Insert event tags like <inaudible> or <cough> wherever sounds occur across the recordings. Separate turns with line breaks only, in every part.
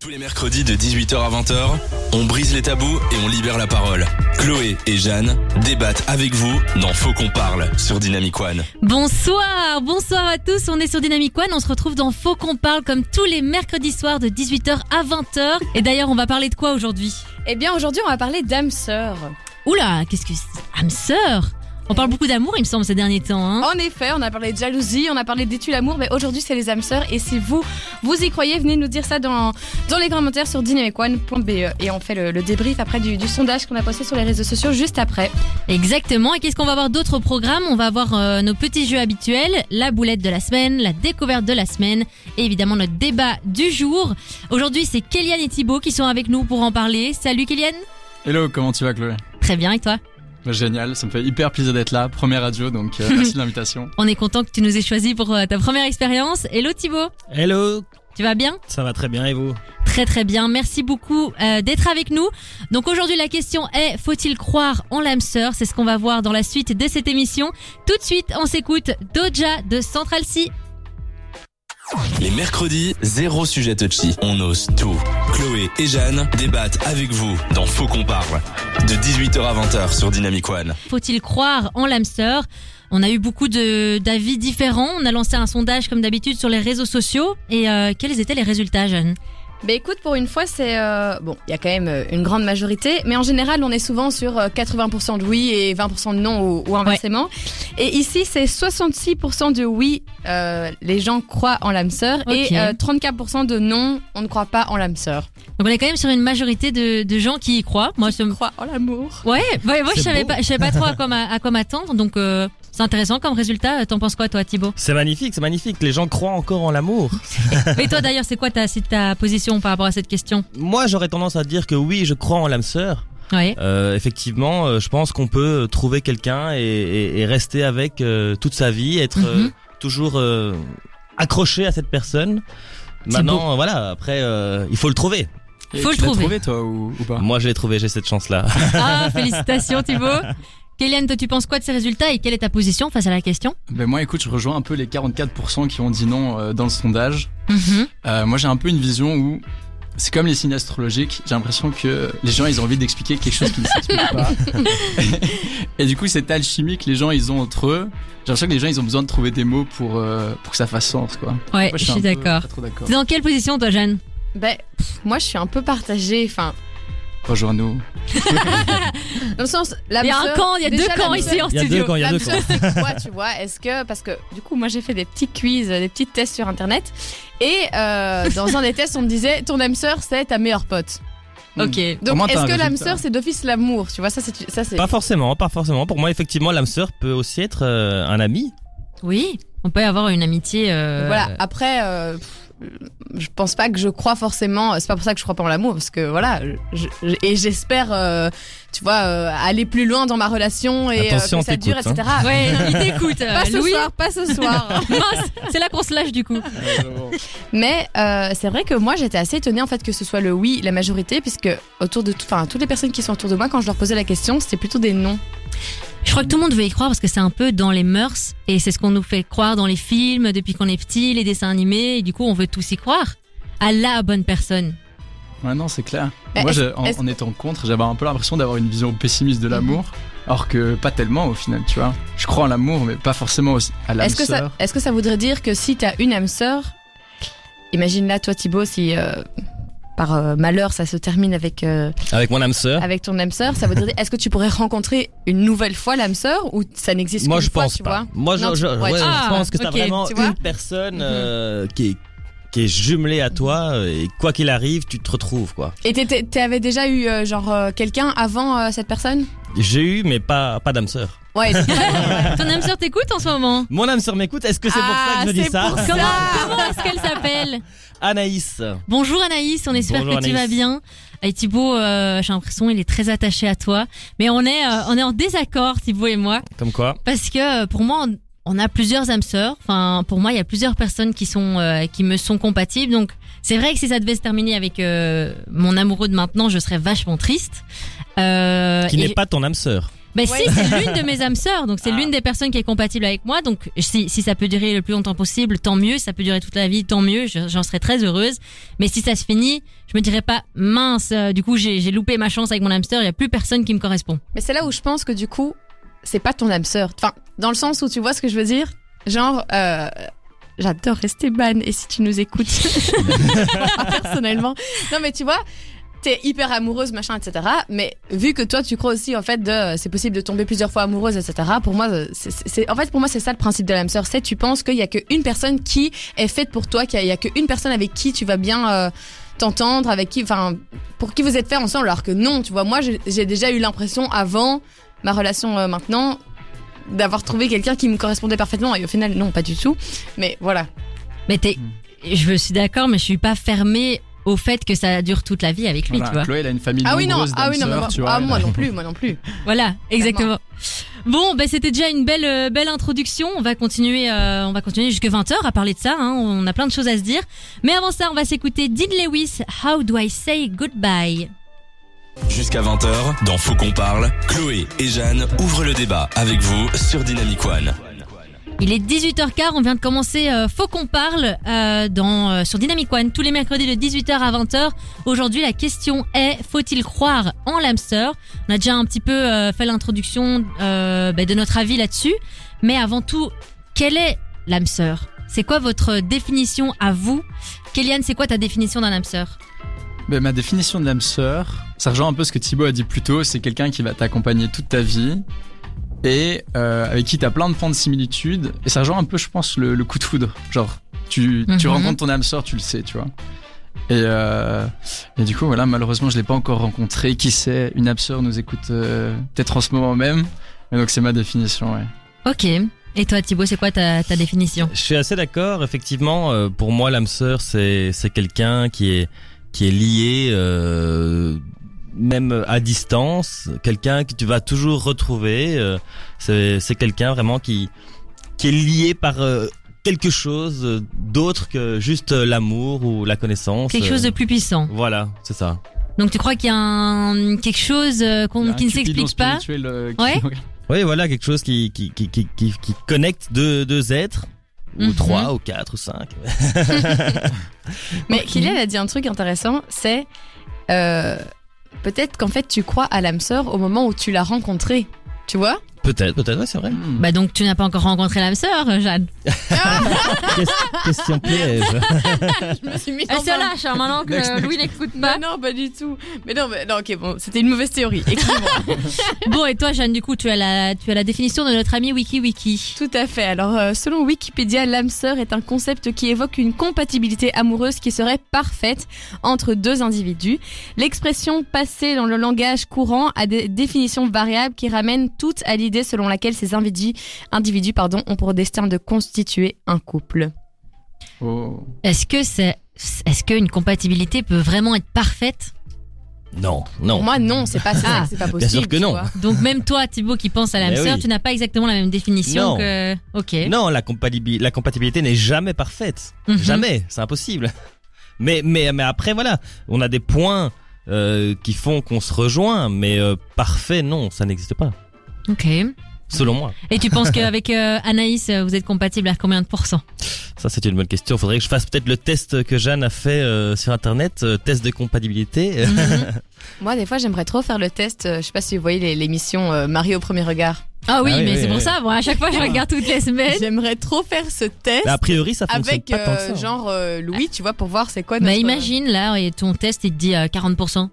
Tous les mercredis de 18h à 20h, on brise les tabous et on libère la parole. Chloé et Jeanne débattent avec vous dans Faut qu'on parle sur Dynamic One.
Bonsoir, bonsoir à tous, on est sur Dynamic One, on se retrouve dans Faut qu'on parle comme tous les mercredis soirs de 18h à 20h. Et d'ailleurs, on va parler de quoi aujourd'hui
Eh bien, aujourd'hui, on va parler d'âme sœur.
Oula, qu'est-ce que c'est Âme sœur On parle beaucoup d'amour, il me semble, ces derniers temps. Hein
En effet, on a parlé de jalousie, on a parlé d'études l'amour, mais aujourd'hui, c'est les âmes sœurs. Et si vous, vous y croyez, venez nous dire ça dans, dans les commentaires sur dynamicone.be. E. Et on fait le, le débrief après du, du sondage qu'on a posté sur les réseaux sociaux juste après.
Exactement, et qu'est-ce qu'on va avoir d'autres programmes On va avoir euh, nos petits jeux habituels, la boulette de la semaine, la découverte de la semaine, et évidemment notre débat du jour. Aujourd'hui, c'est Kéliane et Thibaut qui sont avec nous pour en parler. Salut Kéliane
Hello, comment tu vas Chloé
Très bien, et toi
Bah, Génial, ça me fait hyper plaisir d'être là, première radio,
<laughs>
donc euh, merci de l'invitation.
On est content que tu nous aies choisi pour euh, ta première expérience. Hello Thibaut,
Hello,
tu vas bien
ça va très bien et vous
Très très bien, merci beaucoup euh, d'être avec nous. Donc aujourd'hui la question est faut-il croire en l'âme sœur C'est ce qu'on va voir dans la suite de cette émission. Tout de suite, on s'écoute Doja de Central C.
Les mercredis, zéro sujet touchy. On ose tout. Chloé et Jeanne débattent avec vous dans Faut qu'on parle de 18h à 20h sur Dynamic One.
Faut-il croire en l'âme sœur On a eu beaucoup de d'avis différents. On a lancé un sondage comme d'habitude sur les réseaux sociaux et euh, quels étaient les résultats, Jeanne
Mais écoute, pour une fois, c'est. euh, bon, il y a quand même euh, une grande majorité, mais en général, on est souvent sur euh, 80% de oui et 20% de non ou, ou inversement. Et ici, c'est 66% de oui, euh, les gens croient en l'âme sœur,
Ok.
et euh, 34% de non, on ne croit pas en l'âme sœur.
Donc on est quand même sur une majorité de, de gens qui y croient. Moi, ça me-
On croit en l'amour.
Ouais, ouais, moi je
C'est
savais
beau.
pas, je savais pas trop à quoi m'a- à quoi m'attendre, donc euh, c'est intéressant comme résultat. Euh, T'en penses quoi toi, Thibaut
C'est magnifique, c'est magnifique. Les gens croient encore en l'amour.
Mais toi d'ailleurs, c'est quoi ta, c'est ta position par rapport à cette question
Moi, j'aurais tendance à dire que oui, je crois en l'âme sœur.
Ouais.
Euh, effectivement, euh, je pense qu'on peut euh, trouver quelqu'un et, et- et rester avec euh, toute sa vie, être euh,
Mhm.
toujours euh, accroché à cette personne.
C'est
Maintenant, euh, voilà. Après, euh, il faut le trouver.
Et
Faut le
tu l'as
trouver.
trouvé toi ou, ou pas
Moi, je l'ai trouvé. J'ai cette chance-là.
Ah, félicitations Thibaut. Kéliane, toi tu penses quoi de ces résultats et quelle est ta position face à la question
Ben moi, écoute, je rejoins un peu les 44% qui ont dit non euh, dans le sondage.
Mhm.
Euh, moi, j'ai un peu une vision où c'est comme les signes astrologiques. J'ai l'impression que les gens, ils ont envie d'expliquer quelque chose qui ne s'explique
<laughs>
pas. et du coup, cette alchimie que les gens, ils ont entre eux, j'ai l'impression que les gens, ils ont besoin de trouver des mots pour euh, pour que ça fasse sens, quoi. Moi,
Ouais, Eh, je
un
suis
peu euh,
d'accord.
Pas trop d'accord.
T'es dans quelle position toi, Jeanne
Ben, pff, moi, je suis un peu partagée. Enfin,
Rejoins-nous.
dans le sens, l'âme
Il y a un
sœur-
camp, il y a deux
Ah, déjà,
camps
l'âme sœur-
ici hein. en
Il y a deux
studio.
camps, il y a
L'âme
deux
sœur,
camps.
c'est quoi, tu vois Est-ce que parce que du coup, moi, j'ai fait des petits quiz, des petits tests sur internet, et euh, dans un des tests, on me disait ton âme sœur, c'est ta meilleure pote.
Ok.
Au moins,
Donc,
t'as un
est-ce que l'âme
résultat.
sœur, c'est d'office l'amour Tu vois, ça, c'est ça, c'est.
Pas forcément, pas forcément. Pour moi, effectivement, l'âme sœur peut aussi être euh, un ami.
Oui, on peut avoir une amitié. euh,
Voilà. Après. euh, pff, je pense pas que je crois forcément. C'est pas pour ça que je crois pas en l'amour, parce que voilà. je- je- et j'espère, euh, tu vois, euh, aller plus loin dans ma relation et euh,
Attention, hein.
que ça
on
dure,
t'écoute,
etc.
Ouais, il t'écoute. euh,
<laughs> Pas ce
Louis.
soir, pas ce soir.
Mince, c'est là qu'on se lâche du coup.
<laughs> Mais euh, c'est vrai que moi j'étais assez étonnée en fait que ce soit le oui la majorité puisque autour de tout, enfin toutes les personnes qui sont autour de moi quand je leur posais la question c'était plutôt des non.
Je crois que tout le monde veut y croire parce que c'est un peu dans les mœurs et c'est ce qu'on nous fait croire dans les films depuis qu'on est petit, les dessins animés, et du coup on veut tous y croire à la bonne personne.
Ouais, non, c'est clair.
Mais
Moi,
est-ce-
je- en,
est-ce- Mhm.
en étant contre, j'avais un peu l'impression d'avoir une vision pessimiste de l'amour, alors que pas tellement au final, tu vois. Je crois en l'amour, mais pas forcément aussi à l'âme
Est-ce que ça
sœur.
est-ce que ça voudrait dire que si t'as une âme sœur, imagine là toi Thibaut si euh, par euh, malheur ça se termine avec euh,
Avec mon âme sœur.
avec ton âme sœur ça voudrait dire est-ce que tu pourrais rencontrer une nouvelle fois l'âme sœur ou ça n'existe
Moi,
qu'une
je
fois,
pense
tu
pas.
vois
Moi, je,
Non, tu-
je-
ouais,
ouais,
tu-
je
Ah,
pense que t'as
ok,
vraiment
tu vois. Mhm.
une personne euh, qui, est, qui est jumelée à toi euh, et quoi qu'il arrive, tu te retrouves quoi.
Et t'étais- t'avais déjà eu euh, genre euh, quelqu'un avant euh, cette personne
J'ai eu, mais pas pas d'âme sœur. <laughs>
Ouais.
Ton âme sœur t'écoute en ce moment
Mon âme sœur m'écoute. Est-ce que c'est pour ça
Ah,
que je dis
c'est <laughs>
ça
pour ça.
Comment, comment est-ce qu'elle s'appelle
Anaïs.
Bonjour Anaïs, on espère
Bonjour
que tu vas
Anaïs.
bien. Et Thibaut, euh, j'ai l'impression il est très attaché à toi, mais on est euh, on est en désaccord Thibaut et moi
Comme quoi
parce que euh, pour moi on, on a plusieurs âmes sœurs. Enfin pour moi il y a plusieurs personnes qui sont euh, qui me sont compatibles donc c'est vrai que si ça devait se terminer avec euh, mon amoureux de maintenant je serais vachement triste. Euh,
Qui
et
n'est
je-
pas ton âme sœur.
Ben si, c'est l'une de mes âmes sœurs, donc c'est l'une des personnes qui est compatible avec moi. Donc si, si ça peut durer le plus longtemps possible, tant mieux. Si ça peut durer toute la vie, tant mieux. Je- J'en serais très heureuse. Mais si ça se finit, je me dirais pas mince. euh, du coup, j'ai j'ai loupé ma chance avec mon âme sœur. Il y a plus personne qui me correspond.
Mais c'est là où je pense que du coup, c'est pas ton âme sœur. Enfin, dans le sens où tu vois ce que je veux dire Genre, euh, j'adore rester ban et si tu nous écoutes, <laughs> personnellement. Non, mais tu vois, t'es hyper amoureuse, machin, etc. Mais vu que toi, tu crois aussi, en fait, de euh, c'est possible de tomber plusieurs fois amoureuse, etc. Pour moi, euh, c'est- c'est c'est- en fait, pour moi, c'est ça le principe de l'âme sœur. C'est tu penses qu'il y a qu'une personne qui est faite pour toi, qu'il y a- il y a, qu'une personne avec qui tu vas bien. euh, t'entendre avec qui enfin pour qui vous êtes fait ensemble alors que non tu vois moi j'ai j'ai déjà eu l'impression avant ma relation euh, maintenant d'avoir trouvé quelqu'un qui me correspondait parfaitement et au final non pas du tout mais voilà
Mais t'es, je suis d'accord, mais je suis pas fermée au fait que ça dure toute la vie avec lui,
Voilà,
tu vois.
Chloé, elle a une famille
ah oui non
nombreuse
ah oui non mais
d'âmes
moi,
sœurs, tu vois,
ah,
elle a-
moi non plus moi non
<laughs>
plus
Voilà, exactement. Bon, ben c'était déjà une belle euh, belle introduction. On va continuer, euh, on va continuer jusque 20 h à parler de ça. hein. On a plein de choses à se dire. Mais avant ça, on va s'écouter Dean Lewis. How do I say goodbye?
Jusqu'à 20h, dans Faut qu'on parle, Chloé et Jeanne ouvrent le débat avec vous sur Dynamic One.
Il est 18h15, on vient de commencer euh, Faut qu'on parle euh, dans, euh, sur Dynamic One tous les mercredis de 18h à 20h. Aujourd'hui, la question est faut-il croire en l'âme sœur On a déjà un petit peu euh, fait l'introduction euh, bah, de notre avis là-dessus, mais avant tout, quelle est l'âme sœur C'est quoi votre définition à vous Kéliane, c'est quoi ta définition d'un âme sœur
Ben, ma définition de l'âme sœur, ça rejoint un peu ce que Thibaut a dit plus tôt, c'est quelqu'un qui va t'accompagner toute ta vie et euh, avec qui t'as plein de points de similitude. Et ça rejoint un peu, je pense, le, le coup de foudre. Genre, tu, tu
Mhm.
rencontres ton âme sœur, tu le sais, tu vois. Et, euh, et du coup, voilà, malheureusement, je l'ai pas encore rencontré. Qui sait, une âme sœur nous écoute euh, peut-être en ce moment même. Et donc, c'est ma définition, ouais.
Ok. Et toi, Thibaut, c'est quoi ta, ta définition
Je suis assez d'accord, effectivement. euh, pour moi, l'âme sœur, c'est c'est quelqu'un qui est qui est lié euh, même à distance, quelqu'un que tu vas toujours retrouver. euh, c'est c'est quelqu'un vraiment qui qui est lié par euh, quelque chose euh, d'autre que juste euh, l'amour ou la connaissance. Euh,
Quelque chose de plus puissant.
Voilà, c'est ça.
Donc tu crois qu'il y a un, quelque chose euh, qu'on-
Il y a un
qui ne
cupidon
s'explique pas
spirituel, euh,
Ouais.
<laughs> qui-
Oui, voilà quelque chose qui qui qui qui, qui, qui connecte deux deux êtres ou
Mhm.
trois ou quatre ou cinq.
mais
Ok.
Kylian a dit un truc intéressant c'est euh, peut-être qu'en fait tu crois à l'âme sœur au moment où tu l'as rencontrée tu vois
Peut-être, peut-être, ouais, c'est vrai.
Hmm.
Bah donc tu n'as pas encore rencontré l'âme sœur, euh, Jeanne.
Question piège.
je
Ah,
me suis mis
Elle se lâche hein,
<laughs>
maintenant que
Next,
euh,
next.
Louis n'écoute
bah
pas.
non pas du tout mais non mais non ok bon c'était une mauvaise théorie excuse-moi
Bon et toi Jeanne, du coup tu as la tu as la définition de notre ami Wiki Wiki.
Tout à fait. Alors, euh, selon Wikipédia, l'âme sœur est un concept qui évoque une compatibilité amoureuse qui serait parfaite entre deux individus. L'expression passée dans le langage courant a des définitions variables qui ramènent toutes à l'idée selon laquelle ces individus, individus pardon, ont pour destin de constituer un couple.
Oh.
Est-ce que c'est est-ce qu'une compatibilité peut vraiment être parfaite
Non, non. Ah,
Pour moi, non, c'est pas ça, c'est pas possible.
bien sûr que
tu
non.
vois.
Donc même toi Thibaut qui pense à l'âme
Mais
sœur,
oui.
tu n'as pas exactement la même définition
Non.
que OK.
Non, la, compatibi- la compatibilité n'est jamais parfaite.
Mhm.
Jamais, c'est impossible. <laughs> Mais, mais, mais après, voilà, on a des points euh, qui font qu'on se rejoint, mais euh, parfait, non, ça n'existe pas,
OK. Et
selon moi.
tu penses qu'avec euh, Anaïs euh, vous êtes compatible à combien de pourcents
Ça, c'est une bonne question. Faudrait que je fasse peut-être le test que Jeanne a fait euh, sur Internet, euh, test de compatibilité. <laughs>
Mhm.
Moi, des fois, j'aimerais trop faire le test. euh, Je sais pas si vous voyez les- l'émission euh, Marie au premier regard.
Ah oui,
Ah oui,
mais
oui,
c'est pour
oui.
ça, moi à chaque fois je regarde toutes
<laughs>
les semaines.
Eh, J'aimerais trop faire ce test.
Mais a priori, ça fonctionne
avec
pas tant que ça.
euh,
hein.
genre euh, Louis, tu vois, pour voir c'est quoi.
Mais
notre- euh,
imagine là, et ton test il te dit euh, 40%.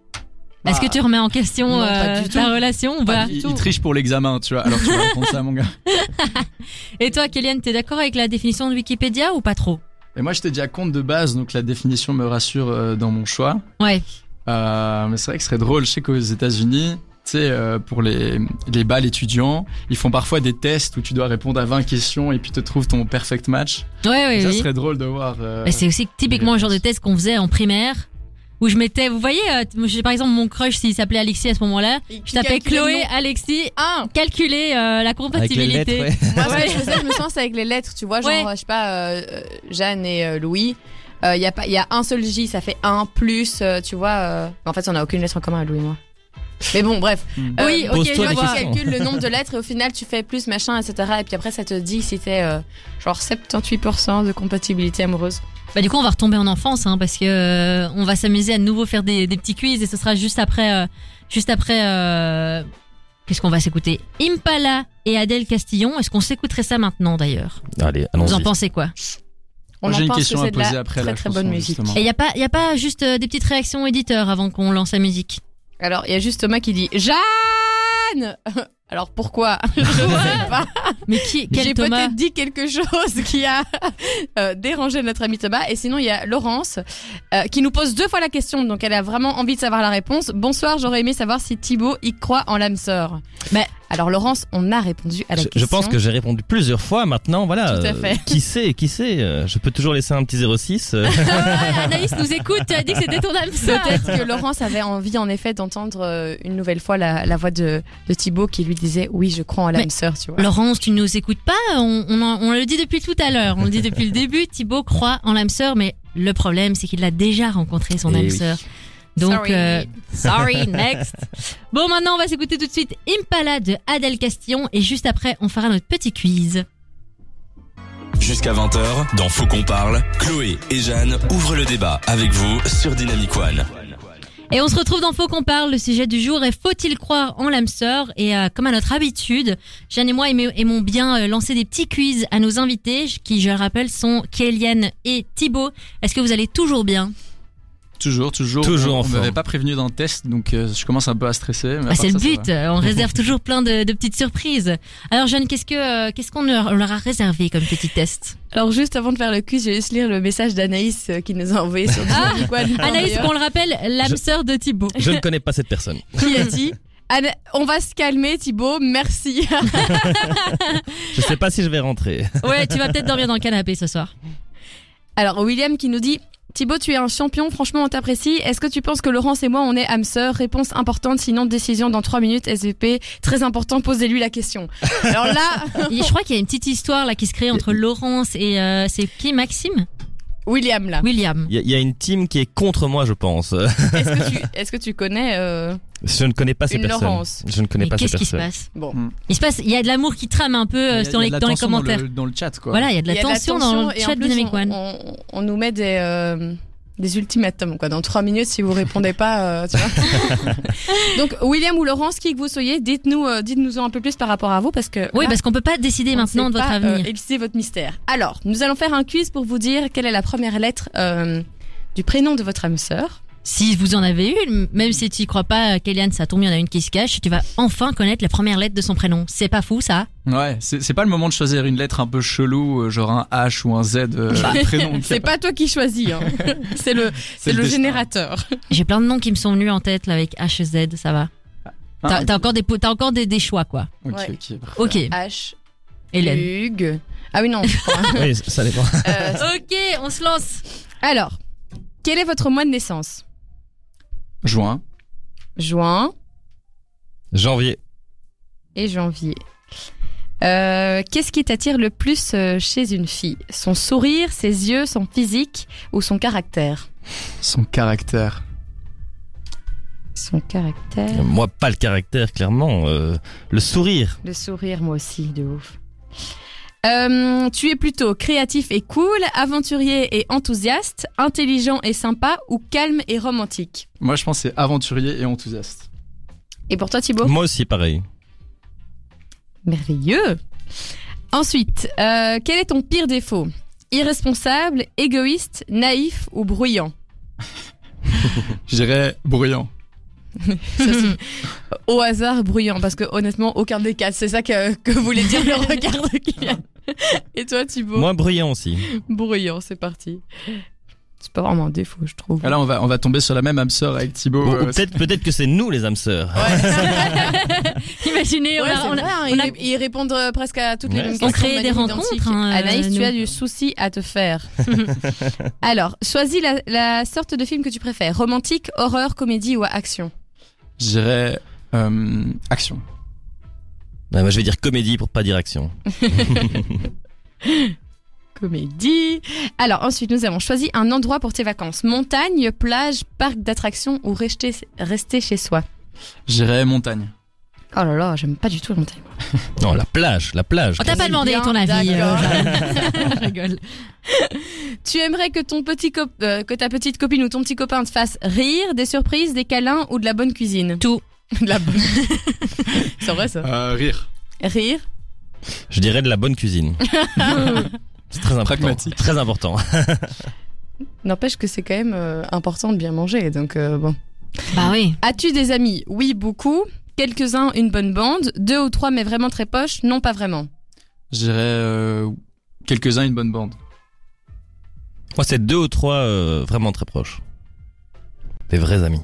Est-ce
Bah,
que tu remets en question
non, pas
euh,
du
ta relation ou pas
du
il, il
tout.
triche pour l'examen, tu vois. Alors,
<laughs>
tu vas répondre ça, mon gars.
Et toi, Kéliane, t'es d'accord avec la définition de Wikipédia ou pas trop
Et moi, j'étais déjà compte de base, donc la définition me rassure euh, dans mon choix.
Ouais.
Euh, mais c'est vrai que ce serait drôle. Je sais qu'aux États-Unis, tu sais, euh, pour les, les balles étudiants, ils font parfois des tests où tu dois répondre à 20 questions et puis te trouves ton perfect match.
Ouais,
Et
ouais,
ça
oui.
serait drôle de voir. euh,
Mais c'est aussi typiquement le genre de
réponses.
test qu'on faisait en primaire. Où je mettais, vous voyez, euh, j'ai par exemple mon crush s'il s'appelait Alexis à ce moment-là,
Il-
je tapais
calculait le
Chloé,
nom.
Alexis,
Ah,
calculer euh, la
Avec les lettres,
compatibilité.
ouais.
moi ce que je faisais, je me sens c'est avec les lettres, tu vois, genre
Ouais.
je sais pas euh, euh, Jeanne et euh, Louis, il y a pas il y a un seul J, ça fait un plus, euh, tu vois. euh, En fait, on a aucune lettre en commun Louis et moi. Mais bon, bref.
Hmm.
Euh,
Oui,
ok,
Pose-toi
genre,
des
tu
questions.
calcules le nombre de lettres et au final tu fais plus, machin, etc. Et puis après ça te dit si t'es euh, genre 78% de compatibilité amoureuse.
Bah du coup on va retomber en enfance hein, parce que euh, on va s'amuser à de nouveau faire des, des petits quiz et ce sera juste après euh, juste après euh, qu'est-ce qu'on va s'écouter Impala et Adèle Castillon est-ce qu'on s'écouterait ça maintenant d'ailleurs
Allez,
Vous en
allons-y.
pensez quoi
On
J'ai
en
une
pense que
question à
c'est de la
poser après
très
la
très
chanson,
bonne musique.
justement.
Et y a pas y a pas juste euh, des petites réactions éditeurs avant qu'on lance la musique
Alors il y a juste Thomas qui dit Jeanne. Alors
<laughs>
pourquoi Je sais pas.
Mais qui quel
J'ai
Thomas
peut-être dit quelque chose <laughs> qui a euh, dérangé notre ami Thomas. Et sinon, il y a Laurence euh, qui nous pose deux fois la question. Donc, elle a vraiment envie de savoir la réponse. Bonsoir, j'aurais aimé savoir si Thibaut y croit en l'âme sœur.
Mais-
alors, Laurence, on a répondu à la
Je,
question.
je pense que j'ai répondu plusieurs fois maintenant, voilà.
Tout à
euh,
fait.
qui sait, qui sait euh, Je peux toujours laisser un petit 06.
<laughs>
euh,
<laughs> Ah, Anaïs nous écoute tu as dit que c'était ton âme sœur.
Peut-être que Laurence avait envie, en effet, d'entendre euh, une nouvelle fois la, la voix de, de Thibaut qui lui disait Oui, je crois en l'âme
Mais-
sœur, tu vois.
Laurence, tu ne nous écoutes pas on, on en- on le dit depuis tout à l'heure, on le dit depuis
<laughs>
le début, Thibaut croit en l'âme sœur, mais le problème c'est qu'il a déjà rencontré son
Eh
âme
oui.
sœur. Donc,
Sorry.
euh, <laughs> sorry, next. Bon, maintenant, on va s'écouter tout de suite Impala de Adèle Castillon et juste après, on fera notre petit quiz.
Jusqu'à 20h, dans Faut qu'on parle, Chloé et Jeanne ouvrent le débat avec vous sur Dynamic One.
Et on se retrouve dans Faux qu'on parle, le sujet du jour est faut-il croire en l'âme sœur Et euh, comme à notre habitude, Jeanne et moi aimons- aimons bien euh, lancer des petits quiz à nos invités, qui, je le rappelle, sont Kéliane et Thibaut. Est-ce que vous allez toujours bien
Toujours, toujours.
Toujours en
On, on m'avait
forme.
pas prévenu dans le test, donc euh, je commence un peu à stresser. mais à
Bah, C'est le
part ça, ça
but,
va.
euh, <laughs> on réserve toujours plein de, de petites surprises. Alors Jeanne, qu'est-ce que euh, qu'est-ce qu'on leur, leur a réservé comme petit test
Alors, juste avant de faire le quiz, je vais juste lire le message d'Anaïs euh, qui nous a envoyé sur Dynamic One.
Anaïs, qu'on le rappelle, l'âme
Je-
sœur de Thibaut. <laughs>
je ne connais pas cette personne.
qui a dit Anna- On va se calmer, Thibaut, merci.
Je sais pas si je vais rentrer.
Ouais, tu vas peut-être dormir dans le canapé ce
<laughs>
soir.
Alors, William qui nous dit Thibaut, tu es un champion, franchement, on t'apprécie. Est-ce que tu penses que Laurence et moi, on est âme sœur Réponse importante, sinon décision dans 3 minutes, SVP. Très important, posez-lui la question. Alors là, <laughs>
Et je crois qu'il y a une petite histoire là qui se crée entre Laurence et euh, c'est qui Maxime
William, là,
William.
Il <laughs> y, a- il y a une team qui est contre moi, je pense.
est-ce que tu, est-ce que tu connais euh,
Je ne connais pas ces
Une
personnes.
Laurence.
Je ne connais
Mais
pas ces
qu'est-ce qui se
personnes.
passe
Bon.
Il se passe, il y a de l'amour qui trame un peu euh,
Il y a-
dans
il y
les
a de la
dans les
tension dans le-
commentaires.
dans le chat, quoi.
Voilà, il y a de la,
il y a de la
tension, dans le
et en
chat
plus,
Dynamic
on,
One.
On, on nous met des, euh, des ultimatums, quoi. Dans 3 minutes, si vous répondez pas, euh, tu vois.
<laughs>
Donc, William ou Laurence, qui que vous soyez, dites-nous euh, dites-nous un peu plus par rapport à vous, parce que.
Oui, bah,
là,
parce qu'on peut pas décider
on
maintenant
sait
de votre
pas,
avenir.
euh, élucider votre mystère. Alors, nous allons faire un quiz pour vous dire quelle est la première lettre euh, du prénom de votre âme sœur.
Si vous en avez une, même si tu y crois pas, Kéliane, ça tombe, il y en a une qui se cache, tu vas enfin connaître la première lettre de son prénom. C'est pas fou, ça
Ouais, c'est c'est pas le moment de choisir une lettre un peu chelou, euh, genre un H ou un Z, euh,
Bah,
<laughs> prénom.
C'est pas toi qui choisis, <laughs> hein. c'est le, c'est le
destin.
générateur.
J'ai plein de noms qui me sont venus en tête, là, avec HZ, ça va. T'as
Ah,
t'as encore, des, po- t'as encore des, des choix, quoi.
ok,
Ouais.
ok, parfait.
Ok,
H.
Hélène.
Hugues. Ah oui, non. je crois.
Oui, ça dépend.
<laughs>
Euh,
Ok, on se lance.
alors, quel est votre mois de naissance
Juin.
Juin
<laughs> Janvier.
et janvier. Euh, Qu'est-ce qui t'attire le plus euh, chez une fille Son sourire, ses yeux, son physique ou son caractère
Son caractère.
Son caractère.
Moi, pas le caractère, clairement. euh, le sourire.
Le sourire, moi aussi, de ouf. Euh, tu es plutôt créatif et cool, aventurier et enthousiaste, intelligent et sympa ou calme et romantique
Moi, je pense que c'est aventurier et enthousiaste.
Et pour toi, Thibaut
Moi aussi, pareil.
Merveilleux Ensuite, euh, quel est ton pire défaut Irresponsable, égoïste, naïf ou bruyant
Je dirais bruyant.
Ça, c'est Au hasard, bruyant, parce que honnêtement, aucun des quatre. C'est ça que, que voulait dire le regard de Kylian. Et toi, Thibaut
Moi, bruyant aussi.
Bruyant, c'est parti. C'est pas vraiment un défaut, je trouve.
Ah, Là, on va, on va tomber sur la même âme sœur avec Thibaut.
Ou- ou
euh,
peut-être peut-être que c'est nous, les âmes sœurs.
<laughs> Ah.
<laughs>
Imaginez, on
Ouais,
a-
c'est
on a-
vrai, hein,
on a-
ils- Ils répondent euh, presque à toutes les
Ouais,
mêmes
c'est
questions.
vrai. On crée des
manière
rencontres,
identique.
hein, euh,
Anaïs, tu as
nous.
du souci à te
<laughs>
faire. <laughs> Alors, choisis la, la sorte de film que tu préfères romantique, horreur, comédie ou action
Je dirais euh, action.
Ah, bah, je vais dire comédie pour pas dire action.
Comédie. Alors, ensuite, nous avons choisi un endroit pour tes vacances montagne, plage, parc d'attractions ou rester, rester chez soi
J'irais montagne.
Oh là là, j'aime pas du tout la montagne.
Non, la plage, la plage.
On t'a pas
C'est
demandé
bien,
ton avis. euh,
d'accord. <laughs>
Jeanne. Je rigole.
Tu aimerais que ton petit cop- euh, que ta petite copine ou ton petit copain te fasse rire, des surprises, des câlins ou de la bonne cuisine
Tout.
<laughs> De la bonne. C'est vrai ça.
rire.
Rire.
Je dirais de la
<laughs>
bonne cuisine. C'est très important.
Pragmatique.
Très important.
N'empêche que c'est quand même euh, important de bien manger, donc euh, bon.
Bah
<laughs>
oui.
As-tu des amis Oui, beaucoup. Quelques-uns, une bonne bande. Deux ou trois, mais vraiment très poche. Non, pas vraiment.
J'irais euh, quelques-uns, une bonne bande.
Moi, c'est deux ou trois euh, vraiment très proches. Des vrais amis.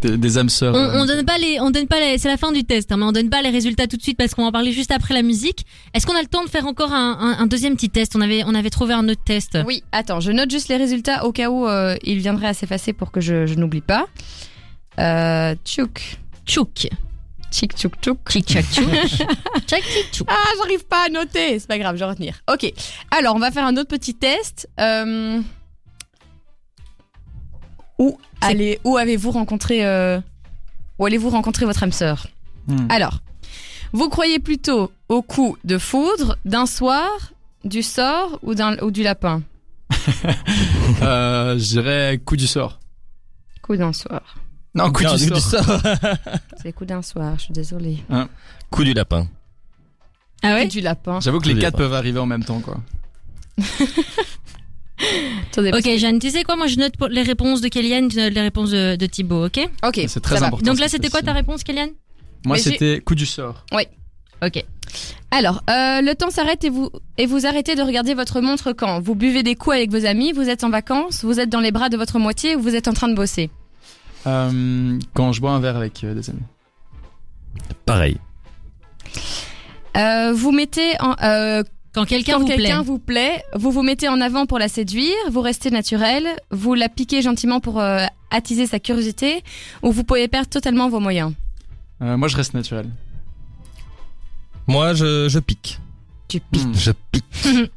Des, des âmes sœurs.
On,
euh,
on donne pas les, on donne pas les, c'est la fin du test, hein, mais on donne pas les résultats tout de suite parce qu'on va en parler juste après la musique. Est-ce qu'on a le temps de faire encore un, un- un deuxième petit test On avait, on avait trouvé un autre test.
Oui, attends, je note juste les résultats au cas où euh, il viendrait à s'effacer pour que je, je n'oublie pas. Euh, tchouk.
Tchouk.
Tchik tchouk tchouk.
Tchik tchak tchouk. Tchak tchik tchouk.
Ah, j'arrive pas à noter. C'est pas grave, je vais retenir. Ok. Alors, on va faire un autre petit test. Euh, Où,
C'est-
allez- où avez-vous rencontré euh, Où allez-vous rencontrer votre âme sœur
hmm.
Alors, vous croyez plutôt au coup de foudre, d'un soir, du sort ou, d'un- ou du lapin
Ah.
Euh, J'irais coup du sort.
Coup d'un soir.
Non, coup
Non,
du sort.
C'est coup d'un soir. Je suis désolée.
Coup du lapin.
Ah
Et
ouais
du lapin.
<laughs> J'avoue que
Je
les
l'ai
quatre
pas.
peuvent arriver en même temps, quoi.
Attendez, parce
Ok, Jeanne, tu sais quoi Moi, je note pour- les réponses de Kéliane, je note les réponses de, de Thibaut, ok
que- Ok.
C'est très
ça va.
important.
Donc
c'est
là, c'était quoi
possible.
ta réponse, Kéliane
Moi,
Mais j'ai-
c'était coup du sort.
Ok.
Alors, euh, le temps s'arrête et vous, et vous arrêtez de regarder votre montre quand Vous buvez des coups avec vos amis, vous êtes en vacances, vous êtes dans les bras de votre moitié ou vous êtes en train de bosser
Euh, quand je bois un verre avec euh, des amis.
Pareil.
Euh, Vous mettez en... euh,
Quand quelqu'un
quand
vous
quelqu'un
plaît.
vous plaît, vous vous mettez en avant pour la séduire, vous restez naturel, vous la piquez gentiment pour euh, attiser sa curiosité ou vous pouvez perdre totalement vos moyens.
Euh, moi, je reste naturel.
Moi, je, je pique.
Tu
Hmm.
Je pique.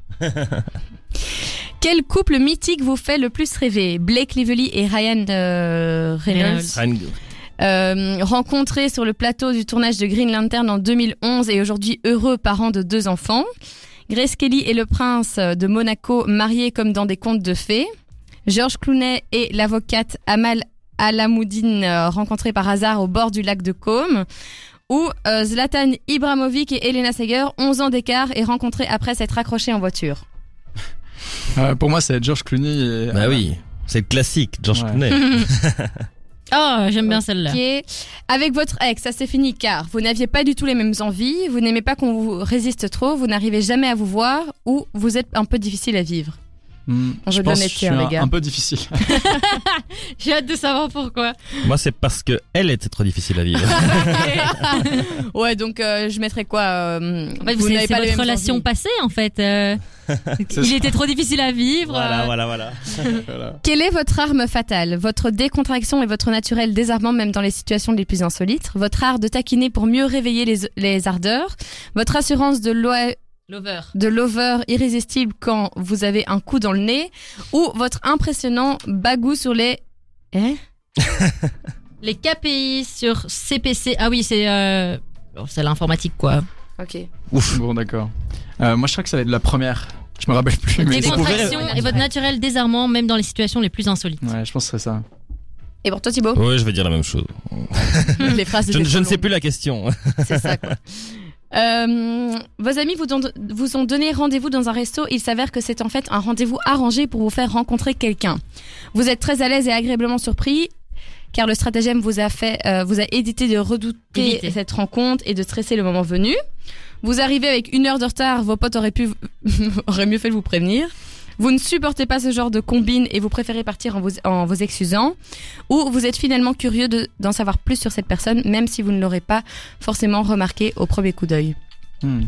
Quel couple mythique vous fait le plus rêver Blake Lively et Ryan euh, Reynolds.
Reynolds.
Euh, rencontrés sur le plateau du tournage de Green Lantern en 2011 et aujourd'hui heureux parents de deux enfants. Grace Kelly et le prince de Monaco mariés comme dans des contes de fées. George Clooney et l'avocate Amal Alamoudine euh, rencontrés par hasard au bord du lac de Côme. Ou euh, Zlatan Ibrahimovic et Elena Seger, 11 ans d'écart et rencontrés après s'être accrochés en voiture.
Euh, pour moi, c'est George Clooney et.
Bah oui. C'est le classique, George
Ouais.
Clooney.
Oh, j'aime bien celle-là.
Ok. Avec votre ex, ça c'est fini car vous n'aviez pas du tout les mêmes envies, vous n'aimez pas qu'on vous résiste trop, vous n'arrivez jamais à vous voir ou vous êtes un peu difficile
<laughs>
à vivre.
Hmm,
On
je
veut de
pense que je
l'honnêteté,
suis
hein,
un,
les gars.
un peu difficile.
<laughs>
J'ai hâte de savoir pourquoi.
Moi, c'est parce que elle était trop difficile à vivre.
ouais, donc euh, je mettrais quoi euh,
En fait, vous, c'est
n'avez
c'est
pas les
votre
mêmes
relation
envies.
passée, en fait. euh,
<laughs> C'est
il
ça.
était trop difficile à vivre. euh,
voilà, voilà.
Voilà.
Quelle est votre arme fatale Votre décontraction et votre naturel désarmant même dans les situations les plus insolites Votre art de taquiner pour mieux réveiller les, les ardeurs Votre assurance de l'OA
Lover.
de l'over irrésistible quand vous avez un coup dans le nez ou votre impressionnant bagou sur les eh
Les KPI sur CPC. Ah oui, c'est euh... bon, c'est l'informatique quoi.
OK.
Ouf. Bon, d'accord. Euh, moi, je crois que ça va être la première. Je me rappelle plus, mais.
Décontraction.
Décontraction
pouvez-
et votre naturel désarmant, même dans les situations les plus insolites.
Ouais, je pense que c'est ça.
Et pour toi Thibaut
Oui, je vais dire la même chose.
les phrases
Je,
étaient
je ne
trop
sais
longues.
plus la question. <laughs>
c'est ça quoi. Euh, vos amis vous, don- vous ont donné rendez-vous dans un resto. Il s'avère que c'est en fait un rendez-vous arrangé pour vous faire rencontrer quelqu'un. Vous êtes très à l'aise et agréablement surpris car le stratagème vous a fait, euh, vous a évité de redouter
Éviter.
cette rencontre et de stresser le moment venu. Vous arrivez avec une heure de retard. Vos potes auraient pu, <laughs> auraient mieux fait de vous prévenir. Vous ne supportez pas ce genre de combine et vous préférez partir en vous, en vous excusant. Ou vous êtes finalement curieux de- d'en savoir plus sur cette personne, même si vous ne l'aurez pas forcément remarqué au premier coup d'œil.
Hmm.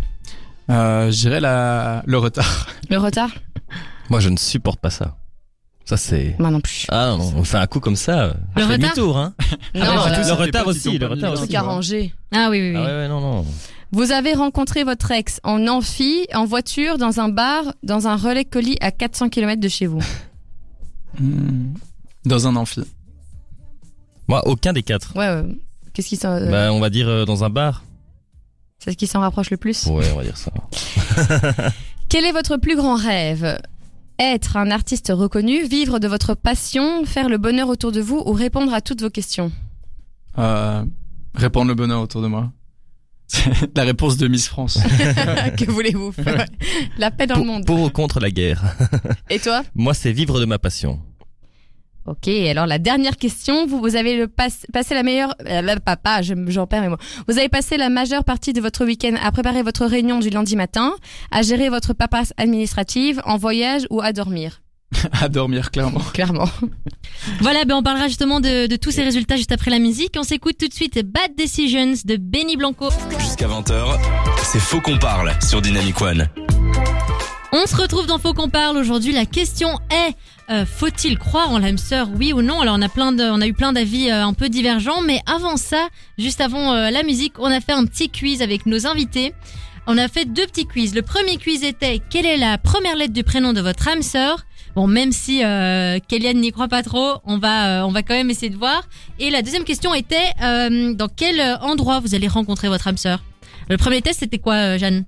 Euh, je dirais la... le retard.
Le retard
Moi, je ne supporte pas ça. Ça, c'est.
Moi non plus.
Ah non, non, on fait un coup comme ça. euh,
Le
je fais
retard
demi-tour, hein.
Ah,
Non,
<laughs>
mais
voilà.
j'ai
Tous
Le
les
retard
potes, ils
aussi,
ont
le
pas mis
retard
leur
aussi,
Truc
tu
à
vois.
ranger.
Ah oui, oui, oui.
Ah ouais, ouais, non, non.
Vous avez rencontré votre ex en amphi, en voiture, dans un bar, dans un relais colis à 400 km de chez vous.
Hmm. Dans un amphi.
Moi, aucun des quatre.
<laughs> Ouais, ouais. Qu'est-ce qui s'en, euh,
Bah, on va dire euh, dans un bar.
c'est ce qui s'en rapproche le plus
Ouais, on va dire ça.
Quel est votre plus grand rêve Être un artiste reconnu, vivre de votre passion, faire le bonheur autour de vous ou répondre à toutes vos questions
Euh, répandre le bonheur autour de moi. <laughs> C'est la réponse de Miss
<laughs>
France.
Ah, Que voulez-vous faire <laughs> La paix dans le
Pour,
monde.
pour ou contre la guerre.
Et toi
Moi, c'est vivre de ma passion.
Ok, alors la dernière question, vous, vous avez le pas- passé la meilleure... euh, La papa, je- j'en perds mes mots. Vous avez passé la majeure partie de votre week-end à préparer votre réunion du lundi matin, à gérer votre papasse administrative, en voyage ou à dormir <laughs>
à dormir, clairement.
Clairement.
Voilà, ben on parlera justement de, de tous ces résultats juste après la musique. On s'écoute tout de suite Bad Decisions de Benny Blanco.
Jusqu'à 20h, c'est Faux qu'on parle sur Dynamic One.
On se retrouve dans Faux qu'on parle aujourd'hui. La question est euh, faut-il croire en l'âme sœur, oui ou non Alors on a plein de, on a eu plein d'avis euh, un peu divergents, mais avant ça, juste avant euh, la musique, on a fait un petit quiz avec nos invités. On a fait deux petits quiz. Le premier quiz était quelle est la première lettre du prénom de votre âme sœur Bon, même si euh, Kéliane n'y croit pas trop, on va, euh, on va quand même essayer de voir. Et la deuxième question était euh, dans quel endroit vous allez rencontrer votre âme sœur Le premier test c'était quoi, euh, Jeanne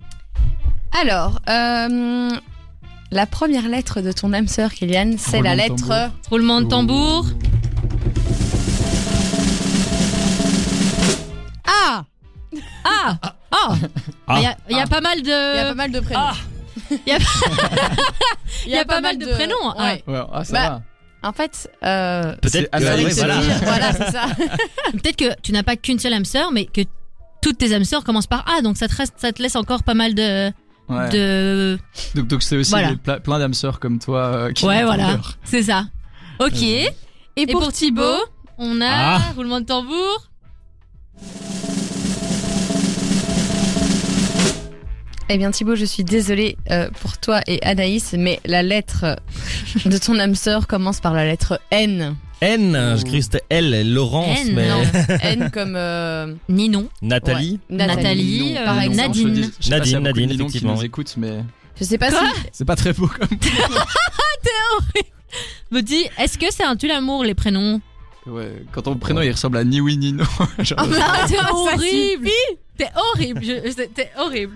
Alors, euh, la première lettre de ton âme sœur, Kylian, c'est la
Roulement de
lettre...
tambour.
Roulement de tambour. Ah Ah Ah Il y a, il y a
Ah.
pas mal
Il y a
de...
pas mal de prénoms.
Ah. Il y <laughs>
<laughs>
a-
Il
y a pas mal de prénoms, hein.
ouais.
Ouais, ah, ça
Bah,
va.
En fait, euh,
C'est
Peut-être que-
Amérique,
ouais,
c'est
voilà.
dire.
voilà, c'est ça.
Peut-être que tu n'as pas qu'une seule âme sœur, mais que toutes tes âmes sœurs commencent par A, donc ça te, reste, ça te laisse encore pas mal de...
Ouais.
de...
Donc, donc c'est aussi
Voilà.
des pla- plein d'âmes sœurs comme toi euh, qui
Ouais,
ont
voilà.
peur.
C'est ça. Ok.
Euh.
Et, pour, Thibaut, on a
Ah.
roulement de tambour.
Eh bien Thibaut, je suis désolée euh, pour toi et Anaïs, mais la lettre de ton âme sœur commence par la lettre N.
N, je cru que c'était L, Laurence,
N,
mais
Eh
<laughs>
non.
N comme euh,
Ninon.
Nathalie.
Nathalie.
Nathalie,
Non,
euh,
non, non,
Nadine.
je te dis- je sais pas
Nadine,
s'il y a beaucoup de
Nadine,
Ninon
effectivement,
Qui nous
oui.
écoutent, mais
Je sais pas si
c'est pas très beau comme.
Me dit, est-ce que c'est un tue l'amour les prénoms
Ouais, quand ton prénom il ressemble à ni oui ni non. <laughs> Genre,
Ah, t'es
Ça
horrible T'es horrible je- je- T'es horrible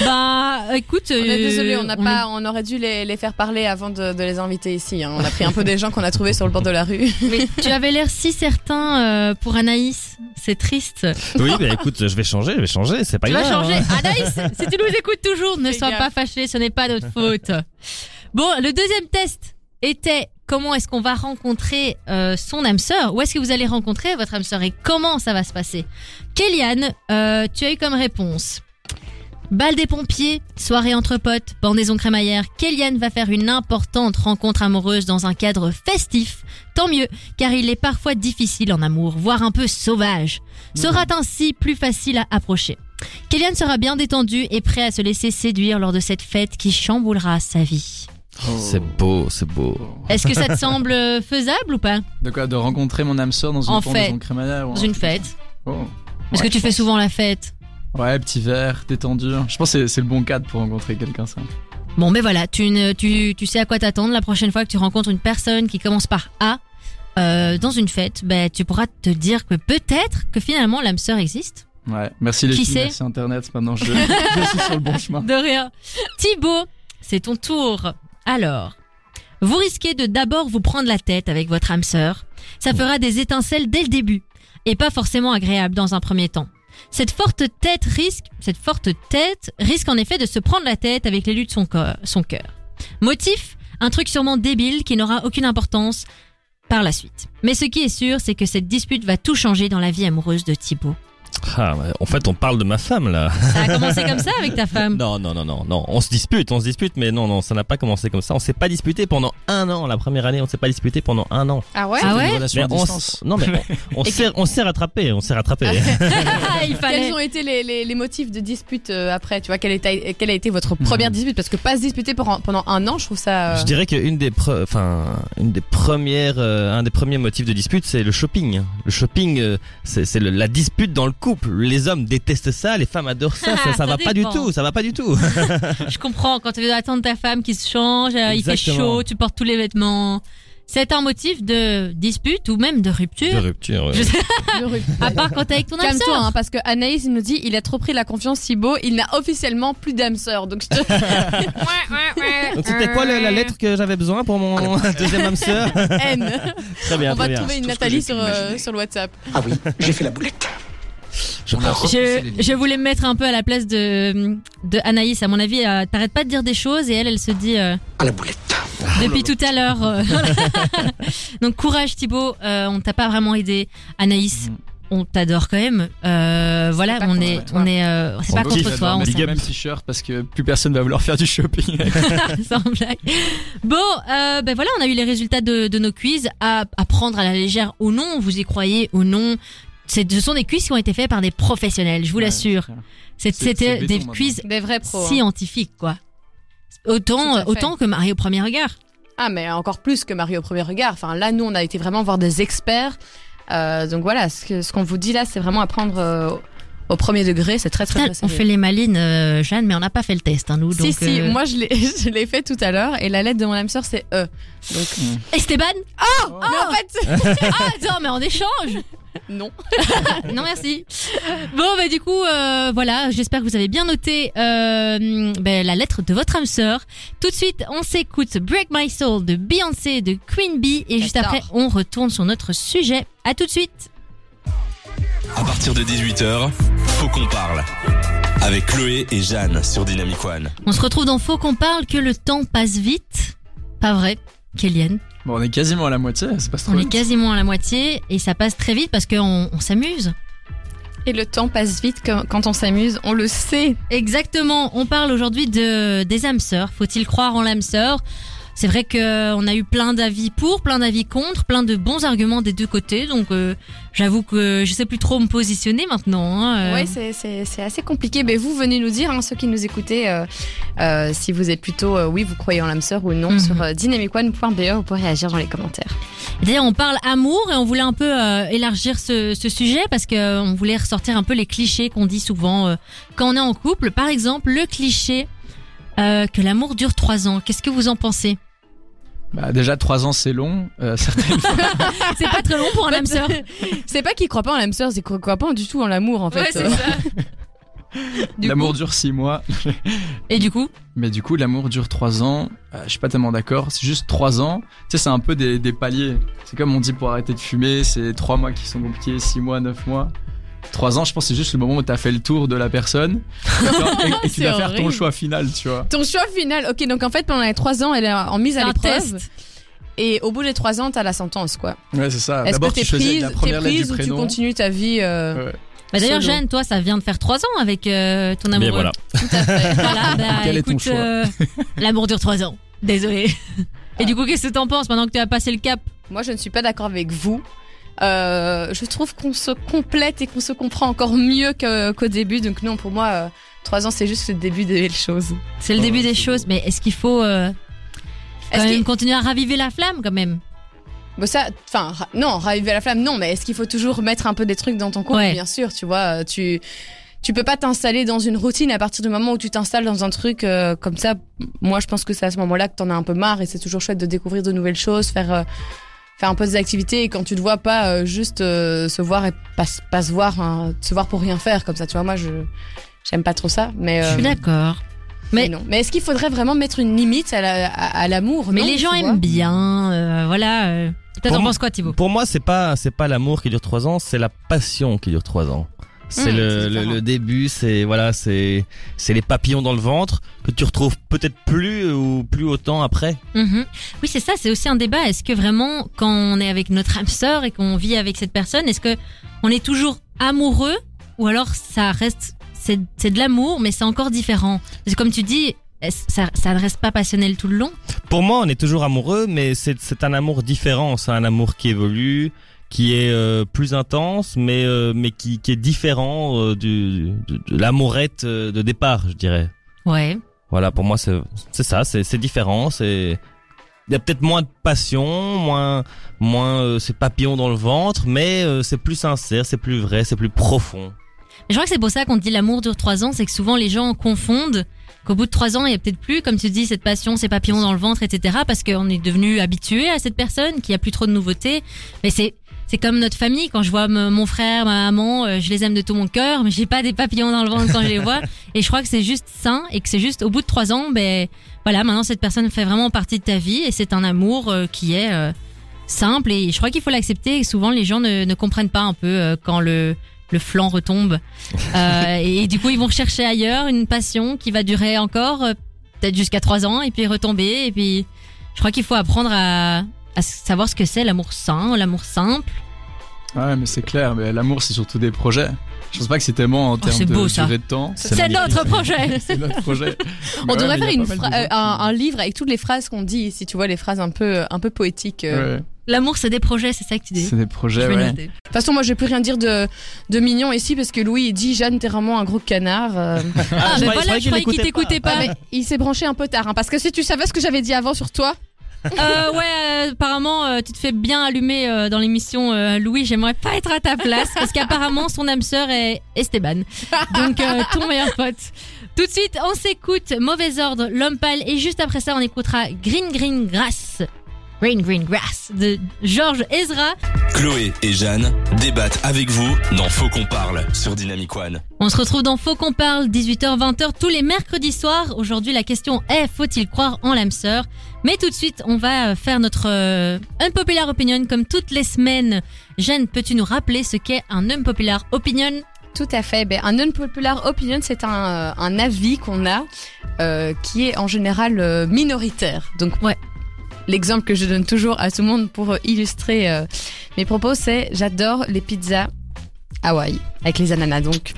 Bah, écoute...
on est
euh,
désolé, Eh ben, on n'a
on
pas, on aurait dû les, les faire parler avant de, de les inviter ici. hein. On a pris un peu des gens qu'on a trouvés sur le bord de la rue.
est- Mais <laughs> tu avais l'air si certain euh, pour Anaïs. C'est triste.
Oui, bah écoute, je vais changer, je vais changer, c'est pas
tu vas
grave.
changer.
hein.
Anaïs, si tu nous écoutes toujours, ne
Fais
sois
gaffe.
pas fâché, ce n'est pas notre faute. Bon, le deuxième test était comment est-ce qu'on va rencontrer euh, son âme sœur Où est-ce que vous allez rencontrer votre âme sœur et comment ça va se passer Kéliane, euh, tu as eu comme réponse Balle des pompiers, soirée entre potes, pendaison crémaillère, Kéliane va faire une importante rencontre amoureuse dans un cadre festif. Tant mieux, car il est parfois difficile en amour, voire un peu sauvage.
Mmh.
Sera ainsi plus facile à approcher. Kéliane sera bien détendue et prêt à se laisser séduire lors de cette fête qui chamboulera sa vie.
Oh.
C'est beau, c'est beau.
Est-ce que ça te semble euh, faisable ou pas
De quoi De rencontrer mon âme sœur dans une
En
pendaison
fait,
crémaillère ou un
Dans une
truc comme
fête
ça. Oh.
Est-ce
Ouais,
que tu
je
fais
pense.
souvent la fête
Ouais, petit verre, détendu. Je pense que c'est- c'est le bon cadre pour rencontrer quelqu'un, ça.
Bon, mais voilà, tu, ne- tu, tu sais à quoi t'attendre la prochaine fois que tu rencontres une personne qui commence par A euh, dans une fête. Ben, tu pourras te dire que peut-être que finalement l'âme sœur existe.
Ouais, merci les
Qui
filles,
sait
merci Internet.
<laughs>
Maintenant, je, je suis sur le bon chemin.
De rien. Thibaut, c'est ton tour. Alors, vous risquez de d'abord vous prendre la tête avec votre âme sœur. Ça fera des étincelles dès le début et pas forcément agréable dans un premier temps. Cette forte tête risque, cette forte tête risque en effet de se prendre la tête avec l'élu de son cœur, son cœur. Motif Un truc sûrement débile qui n'aura aucune importance par la suite. Mais ce qui est sûr, c'est que cette dispute va tout changer dans la vie amoureuse de Thibaut.
Ah, ouais, en fait, on parle de ma femme là.
Ça a commencé comme ça avec ta femme. <laughs>
<laughs> Non, non, non, non, non. On se dispute, on se dispute, mais non, non, ça n'a pas commencé comme ça. On s'est pas disputé pendant un an. La première année, on s'est pas disputé pendant un an.
<laughs> Ah ouais.
Ah ouais
Une relation à
on,
distance.
s-
<laughs>
non, mais on, on s'est, on s'est rattrapé, on s'est rattrapé.
Ah, Il fallait.
Quels ont été les, les- les motifs de dispute euh, après Tu vois, quelle, était- quelle a été votre première dispute Parce que pas se disputer pendant, pendant un an, je trouve
<laughs>
ça. euh,
Je dirais qu'une des, pre- enfin, une des premières, euh, un des premiers motifs de dispute, c'est le shopping. Le shopping, euh, c'est c'est le- la dispute dans le couple. Les hommes détestent ça, les femmes adorent ça. ça,
Ah, Ça
ça va pas du
dépend.
tout, ça va pas du tout.
Je comprends, quand tu veux attendre ta femme qui se change, euh, il fait
Exactement.
chaud, tu portes tous les vêtements. C'est un motif de dispute ou même de
De
rupture.
rupture. ouais.
Je-
Le rugby.
À part quand t'es avec ton âme
Calme-toi,
sœur.
hein, parce que Anaïs nous dit il a trop pris la confiance si beau, il n'a officiellement plus d'âme sœur. Donc je te-
<laughs> Donc c'était quoi le- la lettre que j'avais besoin pour mon
<laughs>
deuxième âme sœur
haine.
Très bien,
On va
très bien.
trouver une
Tout ce que
Nathalie
j'ai
sur,
pu
euh,
imaginer.
sur le WhatsApp.
Ah oui, j'ai fait la boulette.
On a repoussé les
Je,
limites.
je voulais me mettre un peu à la place de, de Anaïs. À mon avis, euh, t'arrêtes pas de dire des choses et elle, elle se dit euh,
À la boulette.
depuis tout à l'heure. euh, <laughs> Donc courage Thibaut, Euh, on t'a pas vraiment aidé. Anaïs,
Mm.
Mhm.
on t'adore quand même. Euh, voilà,
pas
on
contre
est,
toi.
on est, euh, c'est
On
pas
veut
contre
qu'il
toi.
adore,
On
mais
Big
s'en-
up. Même t-shirt parce que plus personne va vouloir faire du shopping.
<laughs> Sans blague. Bon, euh, ben voilà, on a eu les résultats de, de nos quiz à, à prendre à la légère ou non, vous y croyez ou non. C'est- Ce sont des quiz qui ont été faits par des professionnels, je vous l'assure. C'est-
C'est- c'est
C'était
béton,
des
maintenant.
quiz
Des vrais pros. hein.
scientifiques, quoi.
Tout à
Autant,
fait.
autant que Marie au premier regard.
Ah, mais encore plus que Marie au premier regard. Enfin, là, nous, on a été vraiment voir des experts. Euh, donc voilà, ce que- ce qu'on vous dit là, c'est vraiment à prendre euh, au premier degré. C'est très, très,
Putain,
très
on
sérieux.
fait les malines, euh, Jeanne, mais on n'a pas fait le test, hein, nous.
Si,
donc,
si,
euh,
moi je l'ai- <laughs> je l'ai fait tout à l'heure et la lettre de mon âme sœur c'est E. Donc,
Esteban
Mais en fait,
Ah, attends, mais en échange
non.
Non, merci. Bon, bah, du coup, euh, voilà, j'espère que vous avez bien noté euh, ben, la lettre de votre âme sœur. Tout de suite, on s'écoute Break My Soul de Beyoncé, de Queen Bee, et juste
J'adore.
après, on retourne sur notre sujet. À tout de suite.
À partir de 18h, faut qu'on parle. Avec Chloé et Jeanne sur Dynamic One.
On se retrouve dans Faux qu'on parle que le temps passe vite. Pas vrai, Kéliane
Bon, on est quasiment à la moitié, c'est pas trop.
On est
vite.
quasiment à la moitié et ça passe très vite parce qu'on on s'amuse.
Et le temps passe vite quand quand on s'amuse, on le sait.
Exactement, on parle aujourd'hui de, des âmes sœurs. Faut-il croire en l'âme sœur C'est vrai qu'on a eu plein d'avis pour, plein d'avis contre, plein de bons arguments des deux côtés. Donc euh, j'avoue que je sais plus trop me positionner maintenant. hein, euh.
Ouais, c'est- c'est c'est assez compliqué. Mais vous venez nous dire, hein, ceux qui nous écoutez, euh, euh, si vous êtes plutôt euh, oui, vous croyez en l'âme sœur ou non,
Mhm.
sur euh, dynamicone.be, vous pouvez réagir dans les commentaires.
D'ailleurs, on parle amour et on voulait un peu euh, élargir ce, ce sujet parce que euh, on voulait ressortir un peu les clichés qu'on dit souvent euh, quand on est en couple. Par exemple, le cliché euh, que l'amour dure trois ans. Qu'est-ce que vous en pensez
Bah, déjà, 3 ans, c'est long. Euh, <laughs> certaines fois,
C'est pas très long pour un âme
<laughs>
sœur.
C'est pas qu'ils croient pas en l'âme sœur, c'est qu'ils croient pas du tout en l'amour en fait. Euh, <laughs> du
l'amour
coup.
dure 6 mois.
Et du coup
Mais du coup, l'amour dure 3 ans. Euh, je suis pas tellement d'accord. C'est juste 3 ans. Tu sais, c'est un peu des, des paliers. C'est comme on dit pour arrêter de fumer, c'est 3 mois qui sont compliqués, 6 mois, 9 mois. 3 ans, je pense, que c'est juste le moment où t'as fait le tour de la personne. et, et
<laughs>
tu
C'est
dois faire ton
horrible.
choix final, tu vois.
Ton choix final, ok, donc en fait pendant les trois ans, elle est en mise à
un
l'épreuve.
test.
Et au bout des trois ans, t'as la sentence quoi.
Ouais, c'est ça.
Est-ce que
Ah, D'abord,
t'es
tu choisis
prise,
la
t'es
première lettre
prise
du
ou tu
prénom.
continues ta vie euh,
Ouais.
Bah d'ailleurs,
Pseudo.
Jeanne, toi, ça vient de faire trois ans avec euh, ton amoureux.
Mais voilà.
Tout à
<laughs>
fait.
Voilà, bah,
Quel est ton
écoute,
choix
euh, l'amour dure trois ans. Désolé. Et du coup, qu'est-ce que t'en penses maintenant que tu as passé le cap
Moi, je ne suis pas d'accord avec vous. Euh, je trouve qu'on se complète et qu'on se comprend encore mieux que- qu'au début. Donc non, pour moi, euh, trois ans, c'est juste le début des belles choses.
C'est le
Oh,
début des
c'est
choses, mais est-ce qu'il faut euh, quand
Est-ce
même
qu'il-
continuer à raviver la flamme quand même
Bon, Bah, ça, enfin, ra- non, raviver la flamme, non. Mais est-ce qu'il faut toujours mettre un peu des trucs dans ton couple
Ouais.
Bien sûr, tu vois, euh, tu tu peux pas t'installer dans une routine à partir du moment où tu t'installes dans un truc euh, comme ça. Moi, je pense que c'est à ce moment-là que t'en as un peu marre et c'est toujours chouette de découvrir de nouvelles choses, faire euh, faire un peu des activités et quand tu te vois pas euh, juste euh, se voir et pas, se- pas se voir, hein, se voir pour rien faire comme ça. Tu vois, moi, je j'aime pas trop ça, mais
Je suis
euh,
d'accord. mais-
mais non. Mais est-ce qu'il faudrait vraiment mettre une limite à la- à à l'amour
Mais
non,
les
tu
gens
vois
aiment bien, euh, voilà. euh. Toi,
Pour
t'en
moi-
penses quoi, Thibaut
Pour moi, c'est pas c'est pas l'amour qui dure trois ans, c'est la passion qui dure trois ans. C'est
Hmm, c'est
le, le,
différent.
le début, c'est voilà, c'est c'est les papillons dans le ventre que tu retrouves peut-être plus ou plus autant après.
Mhm. Oui, c'est ça, c'est aussi un débat. Est-ce que vraiment, quand on est avec notre âme sœur et qu'on vit avec cette personne, est-ce que on est toujours amoureux ou alors ça reste, c'est c'est de l'amour, mais c'est encore différent Parce que comme tu dis, est-ce- ça, ça ne reste pas passionnel tout le long.
Pour moi, on est toujours amoureux, mais c'est c'est un amour différent, c'est un amour qui évolue, qui est euh, plus intense, mais euh, mais qui qui est différent euh, du, du- de l'amourette euh, de départ, je dirais.
Ouais.
Voilà, pour moi, c'est c'est ça, c'est c'est différent, c'est il y a peut-être moins de passion, moins moins euh, c'est papillon dans le ventre, mais euh, c'est plus sincère, c'est plus vrai, c'est plus profond.
Je crois que c'est pour ça qu'on dit l'amour dure trois ans, c'est que souvent les gens confondent qu'au bout de trois ans, il y a peut-être plus, comme tu dis, cette passion, ces papillons dans le ventre, etc. Parce qu'on est devenu habitué à cette personne, qu'il n'y a plus trop de nouveautés. Mais c'est c'est comme notre famille. Quand je vois m- mon frère, ma maman, euh, je les aime de tout mon cœur, mais j'ai pas des papillons dans le ventre quand je les vois. Et je crois que c'est juste sain et que c'est juste au bout de trois ans, ben voilà, maintenant cette personne fait vraiment partie de ta vie et c'est un amour euh, qui est euh, simple. Et je crois qu'il faut l'accepter. Et souvent, les gens ne, ne comprennent pas un peu euh, quand le le flanc retombe. Euh, et du coup, ils vont rechercher ailleurs une passion qui va durer encore euh, peut-être jusqu'à trois ans et puis retomber. Et puis, je crois qu'il faut apprendre à, à savoir ce que c'est l'amour sain, l'amour simple.
Ouais, mais c'est clair, mais l'amour, c'est surtout des projets. Je pense pas que c'est tellement
Oh,
en termes
c'est
de
beau, ça.
durée de temps.
C'est notre projet.
C'est notre projet. Mais
<laughs> On
ouais,
devrait
mais
faire
il y a
une
pas mal
phra-
de
euh,
gens qui-
un, un livre avec toutes les phrases qu'on dit, si tu vois les phrases un peu, un peu poétiques. euh.
Ouais,
L'amour, c'est des projets, c'est ça que tu dis.
c'est des
Je
projets,
vais
ouais.
noter.
De toute façon, moi, je vais plus rien dire de, de mignon ici parce que Louis il dit Jeanne, t'es vraiment un gros canard.
<laughs>
euh.
Ah, mais voilà, je croyais qu'il t'écoutait
Ah,
pas.
mais il s'est branché un peu tard, hein, parce que si tu savais ce que j'avais dit avant sur toi,
Euh, ouais, euh, apparemment, euh, tu te fais bien allumer euh, dans l'émission euh, Louis. J'aimerais pas être à ta place parce qu'apparemment, son âme sœur est Esteban. Donc, euh, ton meilleur pote. Tout de suite, on s'écoute Mauvais Ordre, L'Homme Pâle. Et juste après ça, on écoutera Green Green Grass. Green Green Grass de Georges Ezra.
Chloé et Jeanne débattent avec vous dans Faux qu'on parle sur Dynamic One.
On se retrouve dans Faux qu'on parle, 18h-20h tous les mercredis soirs. Aujourd'hui, la question est faut-il croire en l'âme sœur Mais tout de suite, on va euh, faire notre euh, unpopular opinion comme toutes les semaines. Jeanne, peux-tu nous rappeler ce qu'est un unpopular opinion
Tout à fait. Ben, un unpopular opinion, c'est un, euh, un avis qu'on a euh, qui est en général euh, minoritaire. Donc,
Ouais.
L'exemple que je donne toujours à tout le monde pour euh, illustrer euh, mes propos, c'est j'adore les pizzas Hawaï avec les ananas donc.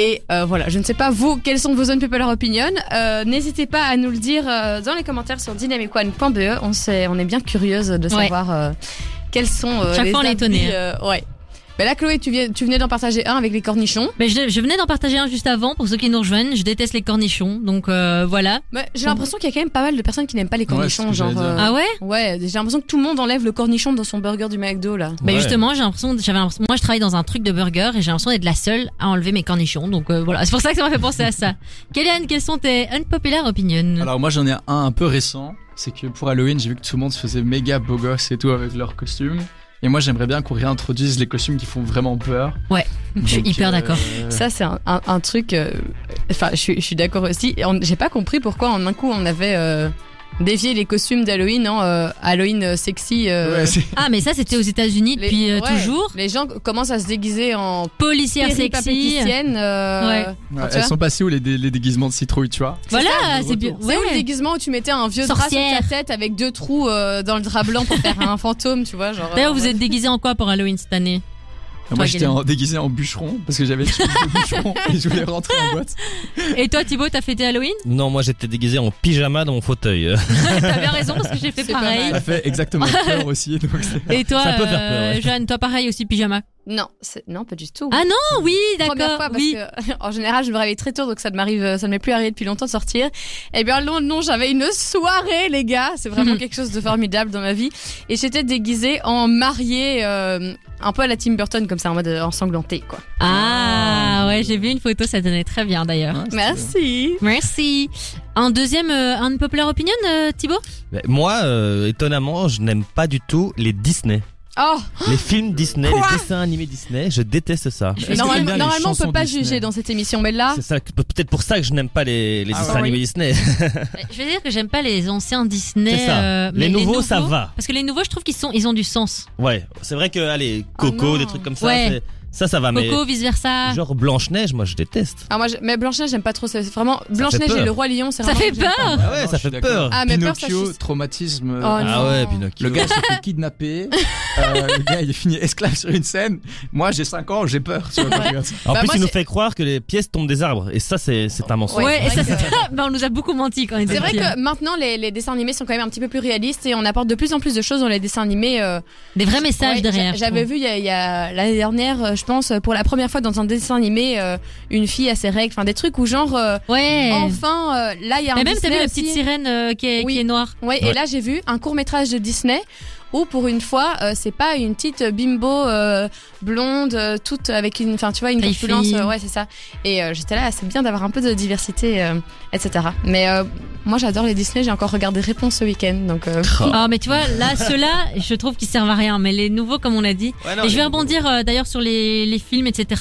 Et euh, voilà, je ne sais pas vous quelles sont vos unpopular opinions. Euh, N'hésitez pas à nous le dire euh, dans les commentaires sur dynamicone.be. On, sait- on est bien curieuse de
Ouais.
savoir euh, quels sont euh,
Chaque
les
fois, on est
avis,
étonné, hein.
euh, ouais. Mais là, Chloé, tu, viens, tu venais d'en partager un avec les cornichons.
Mais Ben, je, je venais d'en partager un juste avant pour ceux qui nous rejoignent. Je déteste les cornichons, donc euh, voilà.
Mais Bah, j'ai l'impression qu'il y a quand même pas mal de personnes qui n'aiment pas les cornichons.
c'est ce que
genre, euh,
j'allais dire.
Ah ouais
ouais, j'ai l'impression que tout le monde enlève le cornichon dans son burger du McDo là.
Mais
Ouais.
Ben, justement, j'ai l'impression, j'avais l'impression- moi je travaille dans un truc de burger et j'ai l'impression d'être la seule à enlever mes cornichons. Donc euh, voilà, c'est pour ça que ça m'a fait penser à ça. Kéliane, quelles sont tes unpopular opinions
Alors moi j'en ai un un peu récent, c'est que pour Halloween j'ai vu que tout le monde se faisait méga beau gosse et tout avec leurs costumes. Et moi j'aimerais bien qu'on réintroduise les costumes qui font vraiment peur.
<laughs>
Ouais, je suis
Donc,
hyper
euh,
d'accord.
Ça, c'est un, un- un truc. euh, Enfin, je suis- je suis d'accord aussi. Et on- J'ai pas compris pourquoi en un coup on avait euh, dévié les costumes d'Halloween en euh, Halloween euh, sexy. euh,
ouais, c'est-
Ah, mais ça, c'était aux États-Unis
les-
depuis euh,
ouais,
toujours.
Les gens commencent à se déguiser en
Policière sexy.
péripapéticienne. euh,
Ouais.
ouais,
tu vois
elles sont passées où les, dé- les déguisements de citrouille, tu vois
Voilà, c'est bien.
C'est où le
Ouais.
déguisement où tu mettais un vieux drap
Sorcière.
sur ta tête avec deux trous euh, dans le drap blanc pour faire
<laughs>
un fantôme, tu vois genre.
D'ailleurs, vous
euh,
êtes déguisé en quoi pour Halloween cette année Toi,
Et Moi j'étais
Guillaume.
en- déguisé en bûcheron parce que j'avais une chemise
<laughs>
de bûcheron et je voulais rentrer en boîte.
Et toi, Thibaut, t'as fêté
<laughs>
Halloween
Non, moi j'étais déguisé en pyjama dans mon fauteuil. <laughs>
T'as bien raison parce que j'ai fait
C'est pas
pareil.
Ça fait
<laughs>
exactement peur aussi. Donc c'est-
Et toi,
Ça peut faire peur,
euh,
ouais.
Jeanne, toi pareil aussi pyjama.
Non, c'est- non, pas du tout.
Ah non, oui,
Première
d'accord,
fois parce
oui.
que <laughs> en général je me réveille très tôt donc ça ne m'arrive euh, ça ne m'est plus arrivé depuis longtemps de sortir. Eh bien non non j'avais une soirée les gars c'est
<laughs>
vraiment quelque chose de formidable dans ma vie et j'étais déguisée en mariée euh, un peu à la Tim Burton comme ça en mode euh, ensanglantée quoi.
Ah ouais, j'ai vu une photo, ça donnait très bien d'ailleurs.
Ouais, c'était-
Merci.
Merci. Un deuxième, euh, un unpopular opinion, euh, Thibaut
Mais moi, euh, étonnamment, je n'aime pas du tout les Disney.
Oh
Les films Disney,
Quoi
les dessins animés Disney, je déteste ça.
Est-ce que t'aimes bien
normalement,
les
normalement on peut
chansons
pas
Disney
juger dans cette émission mais
Ah.
là
C'est ça, que- peut-être pour ça que je n'aime pas les, les
Ah,
dessins
ouais.
animés Disney. <laughs>
Euh, Je veux dire que j'aime pas les anciens Disney.
C'est ça.
euh, mais
les, nouveaux, ça va.
Parce que les nouveaux, je trouve qu'ils sont, ils ont du sens.
Ouais, c'est vrai que, allez,
Oh
Coco,
non.
des trucs comme ça,
Ah Ouais.
c'est- ça, ça va,
Coco, vice versa.
Ah, mais genre Blanche-Neige, moi je déteste.
ah moi je- mais Blanche Neige j'aime pas trop c'est vraiment Blanche Neige
peur.
et le roi lion c'est
Ça
vraiment
fait
que j'aime
peur.
Ah, ouais,
non, je
ça
suis
fait
d'accord.
peur.
Ah mais peur ça
Pinocchio,
suffit.
traumatisme.
Oh,
euh,
ah
non.
ouais, Pinocchio.
Le gars il se fait
<laughs>
kidnapper, euh, le gars il est fini esclave sur une scène. Moi j'ai 5 ans, j'ai peur. Tu vois, quand je regarde ça.
Ah,
En
Bah,
plus,
moi,
il nous
c'est-
fait croire que les pièces tombent des arbres, et ça, c'est c'est un mensonge.
Ouais,
Ouais,
et
c'est
ça,
vrai
c'est- <laughs> ben, on nous a beaucoup menti quand on était
C'est vrai
petits. hein.
que maintenant les, les dessins animés sont quand même un petit peu plus réalistes et on apporte de plus en plus de choses dans les dessins animés euh,
Des vrais messages
Ouais,
derrière.
j'a- J'avais vu il y a- il y a l'année dernière, euh, je pense, euh, pour la première fois dans un dessin animé, euh, une fille à ses règles, enfin des trucs où genre euh,
Ouais.
enfin euh, là il y a un
Mais même, t'as
Disney
vu la
aussi.
petite sirène euh, qui, est,
Oui.
qui est noire
Ouais, et
Ouais.
là j'ai vu un court métrage de Disney où pour une fois, euh, c'est pas une petite bimbo euh, blonde, euh, toute avec une, enfin tu vois, une
Taille
corpulence,
fine.
euh, ouais c'est ça. Et euh, j'étais là, c'est bien d'avoir un peu de diversité, euh, etc. Mais euh, moi j'adore les Disney, j'ai encore regardé Réponse ce week-end, donc euh,
Ah, mais tu vois, là, ceux-là, je trouve qu'ils servent à rien. Mais les nouveaux, comme on a dit.
Ouais, non,
et je vais
mais-
rebondir euh, d'ailleurs sur les, les films, etc.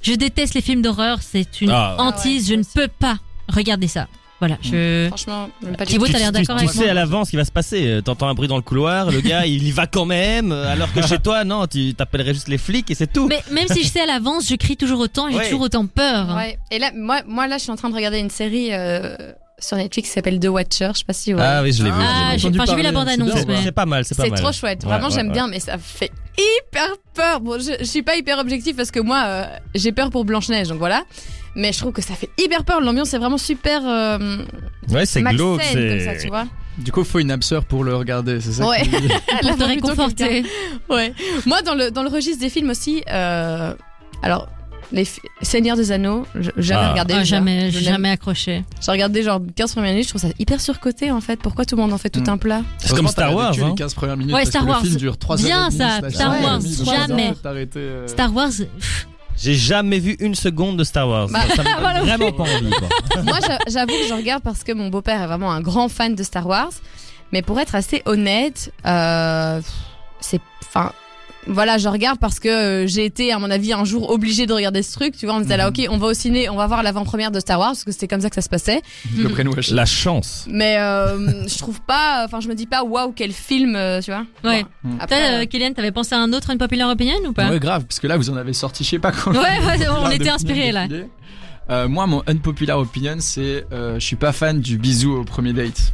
Je déteste les films d'horreur. C'est une
Ah, ouais.
hantise.
Ah ouais,
je ne
aussi.
peux pas regarder ça. Voilà, je.
franchement, j'aime pas du
Thibaut,
Tu-
t'as l'air
tu-
d'accord
tu
avec moi
sais à l'avance ce qui va se passer. Euh, T'entends un bruit dans le couloir, le gars il y va quand même, euh, alors que chez toi, non, tu t'appellerais juste les flics et c'est tout.
Mais même si je sais à l'avance, je crie toujours autant, j'ai
Ouais.
toujours autant peur. hein,
Ouais. Et là, moi, moi là, je suis en train de regarder une série euh, sur Netflix qui s'appelle The Watcher. Je sais pas si vous.
Ah oui, je l'ai vu.
Ah,
je l'ai vu.
j'ai
entendu
enfin, j'ai vu la
parler, c'est
bande-annonce,
C'est-
mais.
C'est pas mal, c'est pas
C'est
mal.
trop chouette.
Ouais,
Vraiment,
ouais,
j'aime
ouais.
bien, mais ça fait hyper peur. Bon, je, je suis pas hyper objective parce que moi, euh, j'ai peur pour Blanche Neige, donc voilà. Mais je trouve que ça fait hyper peur. L'ambiance est vraiment super euh,
Ouais, c'est
malsaine
glauque.
comme
c'est-
ça, tu vois.
Du coup, faut une âme sœur pour le regarder, c'est ça
Ouais.
que tu
Pour
dis
te
Attends, plutôt quelqu'un. Ah,
réconforter.
Ouais. Moi, dans le dans le registre des films aussi. euh, alors. Les fi- Seigneur des Anneaux, je- jamais
Ah.
regardé.
Ah,
je-
jamais,
je
j'ai
l'aime
jamais accroché.
J'ai regardé genre 15 premières minutes, je trouve ça hyper surcoté en fait. Pourquoi tout le monde en fait tout
Mm.
un plat
C'est comme
Heureusement,
Star
t'as
Wars.
vécu
hein.
Les 15 premières minutes
Ouais,
parce
Star
que
Wars.
Le film dure 3
Bien
heures et demie,
ça,
slash
Star
heures et
Wars,
demie, donc
jamais.
t'as arrêté, euh,
Star Wars, pff,
hein.
J'ai jamais vu une seconde de Star Wars.
Bah,
Ça me donne vraiment pas envie. quoi.
Moi j'a- j'avoue que je regarde parce que mon beau-père est vraiment un grand fan de Star Wars. Mais pour être assez honnête, euh, c'est. Enfin. Voilà, je regarde parce que euh, j'ai été, à mon avis, un jour obligée de regarder ce truc. Tu vois, on me disait
Mhm.
là, ok, on va au ciné, on va voir l'avant-première de Star Wars parce que c'était comme ça que ça se passait.
Le brainwash.
La chance.
Mais
<laughs>
euh, je trouve pas, enfin, je me dis pas, waouh, quel film, euh, tu vois.
Ouais.
Bon,
toi,
après,
euh, Kylian, t'avais pensé à un autre, une popular opinion ou pas
Ouais, grave, parce que là, vous en avez sorti, je sais pas quoi.
Ouais, ouais, on
Plein
était
d'opinions
inspirés là.
défilées. Euh, moi, mon unpopular opinion, c'est euh, je suis pas fan du bisou au premier date.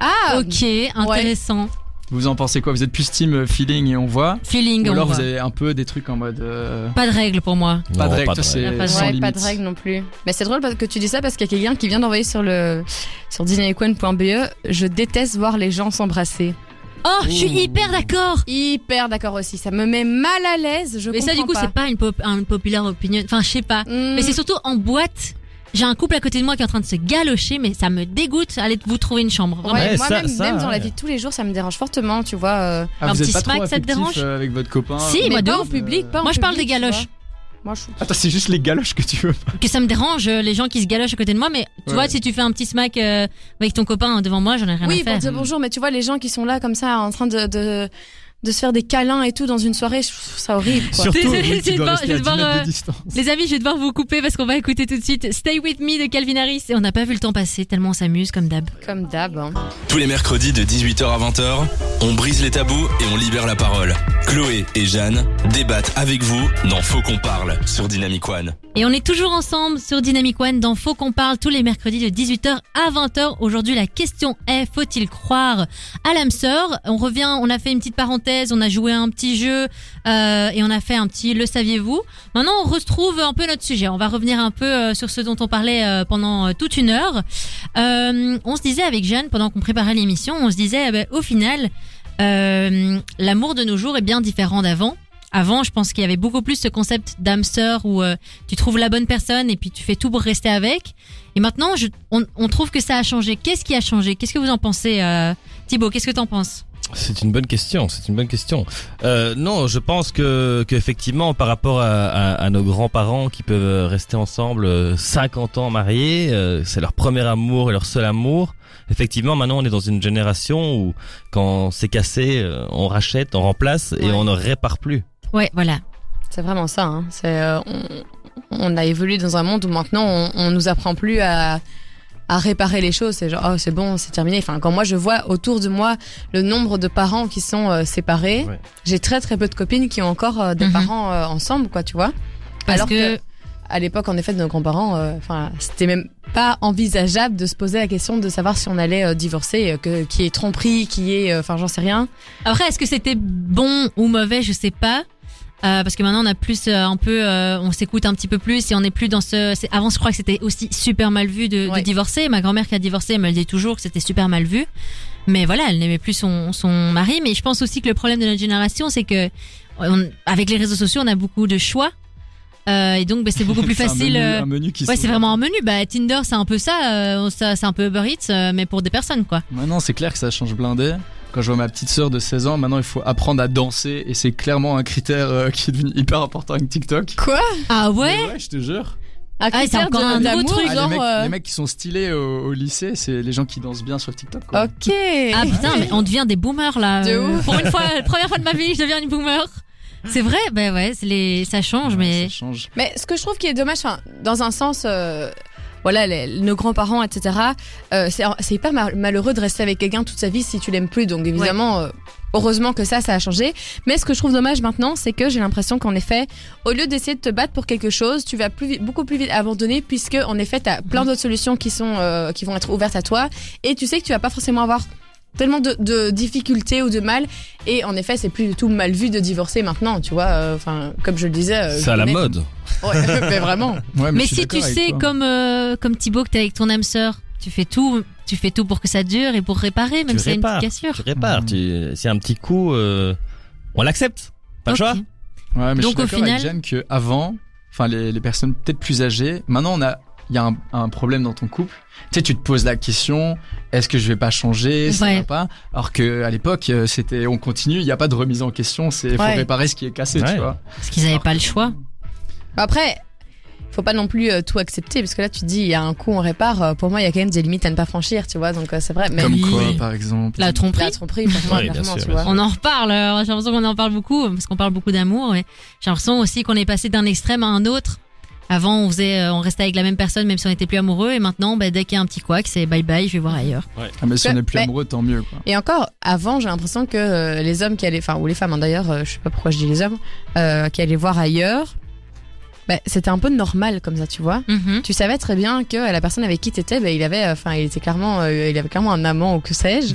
ah,
Ok, intéressant.
Vous en pensez quoi Vous êtes plus team euh, feeling et on voit
Feeling,
Ou
on
alors
voit.
vous avez un peu des trucs en mode euh,
Pas de règles pour moi.
pas de
Non,
règle,
règle.
c'est
Pas de
sans
Ouais,
limite.
pas de règles non plus. Mais c'est drôle parce que tu dis ça parce qu'il y a quelqu'un qui vient d'envoyer sur le sur disneycoin.be E, je déteste voir les gens s'embrasser.
Oh, je suis hyper d'accord.
Hyper d'accord aussi, ça me met mal à l'aise, je
Mais ça, du coup, c'est pas une, pop, un populaire opinion. Enfin, je sais pas.
Mmh.
Mais
Mm.
c'est surtout en boîte. J'ai un couple à côté de moi qui est en train de se galocher, mais ça me dégoûte. Allez vous trouver une chambre. Vraiment.
Ouais,
moi
ça-
même,
ça, euh.
même dans la
ouais.
vie de tous les jours, ça me dérange fortement, tu vois. euh,
Ah,
Un
vous êtes
petit
pas trop
smack, ça te
affectif,
dérange
euh, avec votre copain
Si,
euh,
moi,
mais
de
pas
ouf.
en public, pas en
Moi, je parle
public,
des
tu vois.
galoches.
Moi, je
Attends, c'est juste les galoches que tu veux.
Que ça me dérange, euh, les gens qui se galochent à côté de moi, mais tu
Ouais.
vois, si tu fais un petit smack euh, avec ton copain devant moi, j'en ai rien
Oui,
à
pour
faire.
dire bonjour, mais tu vois, les gens qui sont là comme ça, en train de, de, de se faire des câlins et tout dans une soirée, je trouve ça horrible. Quoi.
Surtout,
Désolée,
oui,
je
tu dois
vais
rester à
devoir,
10 mètres
euh,
de distance.
Les amis, je vais devoir vous couper parce qu'on va écouter tout de suite Stay With Me de Calvin Harris et on n'a pas vu le temps passer tellement on s'amuse comme d'hab.
Comme d'hab. hein.
Tous les mercredis de 18h à 20h, on brise les tabous et on libère la parole. Chloé et Jeanne débattent avec vous dans Faux qu'on parle sur Dynamic One.
Et on est toujours ensemble sur Dynamic One dans Faux qu'on parle tous les mercredis de 18h à 20h. Aujourd'hui, la question est, faut-il croire à l'âme sœur On revient, on a fait une petite parenthèse, on a joué à un petit jeu euh, et on a fait un petit le saviez-vous. Maintenant, on retrouve un peu notre sujet. On va revenir un peu euh, sur ce dont on parlait euh, pendant euh, toute une heure. Euh, on se disait avec Jeanne, pendant qu'on préparait l'émission, on se disait, eh ben, au final, euh, l'amour de nos jours est bien différent d'avant. Avant, je pense qu'il y avait beaucoup plus ce concept d'âme sœur où... euh, tu trouves la bonne personne et puis tu fais tout pour rester avec. Et maintenant, je, on, on trouve que ça a changé. Qu'est-ce qui a changé Qu'est-ce que vous en pensez, euh, Thibaut Qu'est-ce que t'en penses
C'est une bonne question. C'est une bonne question. Euh, non, je pense que, que effectivement, par rapport à, à- à nos grands-parents qui peuvent rester ensemble euh, 50 ans mariés, euh, c'est leur premier amour et leur seul amour. Effectivement, maintenant, on est dans une génération où quand c'est cassé, euh, on rachète, on remplace et
Ouais.
on ne répare plus.
Ouais, voilà.
C'est vraiment ça. hein. C'est, euh, on, on a évolué dans un monde où maintenant on, on nous apprend plus à, à réparer les choses. C'est genre, oh, c'est bon, c'est terminé. Enfin, quand moi je vois autour de moi le nombre de parents qui sont euh, séparés,
Ouais.
j'ai très très peu de copines qui ont encore euh, des
Mhm.
parents euh, ensemble, quoi, tu vois.
Parce
Alors
que-
que... à l'époque, en effet, de nos grands-parents, euh, enfin, c'était même pas envisageable de se poser la question de savoir si on allait euh, divorcer, euh, que, qui est tromperie, qui est, euh, enfin, j'en sais rien.
Après, est-ce que c'était bon ou mauvais Je sais pas. Euh, parce que maintenant on a plus euh, un peu, euh, on s'écoute un petit peu plus et on n'est plus dans ce. c'est- Avant, je crois que c'était aussi super mal vu de, de
Ouais.
divorcer. Ma grand-mère qui a divorcé elle me le dit toujours que c'était super mal vu. Mais voilà, elle n'aimait plus son, son mari. Mais je pense aussi que le problème de notre génération, c'est que on- avec les réseaux sociaux, on a beaucoup de choix Euh, et donc bah,
<laughs>
c'est beaucoup plus
C'est un
facile.
menu-
euh,
un menu qui
Ouais,
s'ouvre.
c'est vraiment un menu. Bah, Tinder, c'est un peu ça, euh, ça- c'est un peu Uber Eats, euh, mais pour des personnes quoi.
Maintenant, c'est clair que ça change blindé. Quand je vois ma petite sœur de 16 ans, maintenant il faut apprendre à danser et c'est clairement un critère euh, qui est devenu hyper important avec TikTok.
Quoi
Ah ouais
Mais je te jure.
Un
Ah, c'est
critère
encore
de-
un nouveau
d'amour,
truc.
Ah,
genre,
les, mecs,
euh,
les mecs qui sont stylés au, au lycée, c'est les gens qui dansent bien sur TikTok. Quoi.
Ok.
Ah putain, mais on devient des boomers là.
De
Euh,
ouf.
Pour une fois, la première fois de ma vie, je deviens une boomer. C'est vrai, ben ouais, c'est les... ça change,
Ouais,
mais.
ça change.
Mais ce que je trouve qui est dommage, enfin, dans un sens, euh, voilà, les- nos grands-parents, etc., euh, c'est c'est hyper mal- malheureux de rester avec quelqu'un toute sa vie si tu l'aimes plus. Donc, évidemment, euh, heureusement que ça, ça a changé. Mais ce que je trouve dommage maintenant, c'est que j'ai l'impression qu'en effet, au lieu d'essayer de te battre pour quelque chose, tu vas plus vite- beaucoup plus vite abandonner puisque, en effet, tu as plein d'autres solutions qui, sont, euh, qui vont être ouvertes à toi et tu sais que tu vas pas forcément avoir tellement de, de difficultés ou de mal et en effet c'est plus du tout mal vu de divorcer maintenant tu vois euh, enfin comme je le disais euh,
C'est à la
je-
mode.
Ouais, <laughs> mais vraiment.
Ouais,
Mais
je suis
si tu
d'accord avec
sais,
toi.
comme, euh, comme Thibaut, que t'es avec ton âme sœur, tu fais tout, tu fais tout pour que ça dure et pour réparer, même
Tu
si c'est une petite
répares.
cassure.
Tu répares.
Mhm.
Tu... C'est un petit coup. euh, On l'accepte. Pas le
Ok.
choix.
Ouais,
Donc,
mais je
au
suis d'accord avec
final-
Jeanne que avant, enfin les, les personnes peut-être plus âgées, maintenant on a il y a un, un problème dans ton couple. Tu sais, tu te poses la question est-ce que je vais pas changer Ça
Ouais.
va pas. Alors que à l'époque, euh, c'était on continue, il n'y a pas de remise en question. C'est faut
Ouais.
réparer ce qui est cassé,
Ouais.
tu vois.
Parce qu'ils n'avaient pas le choix.
Après, faut pas non plus euh, tout accepter, parce que là, tu te dis, il y a un coup, on répare. Euh, Pour moi, il y a quand même des limites à ne pas franchir, tu vois, donc euh, c'est vrai. Mais
Comme
Bah oui.
quoi, par exemple.
La
la
tromperie.
tromperie, pour moi,
Ouais, bien
clairement,
sûr,
tu
bien
vois.
On en reparle, euh, j'ai l'impression qu'on en parle beaucoup, parce qu'on parle beaucoup d'amour, mais j'ai l'impression aussi qu'on est passé d'un extrême à un autre. Avant, on faisait, euh, on restait avec la même personne, même si on n'était plus amoureux, et maintenant, bah, dès qu'il y a un petit couac, c'est bye bye, je vais voir ailleurs.
Ah, mais si on n'est plus
Mais-
amoureux, tant mieux. Quoi.
Et encore, avant, j'ai l'impression que euh, les hommes qui allaient, enfin, ou les femmes, hein, d'ailleurs, euh, je sais pas pourquoi je dis les hommes, euh, qui allaient voir ailleurs, bah, c'était un peu normal comme ça, tu vois.
Mhm.
Tu savais très bien que euh, la personne avec qui t'étais, bah, il avait, euh, enfin, il était clairement, euh, il avait clairement un amant ou que sais-je.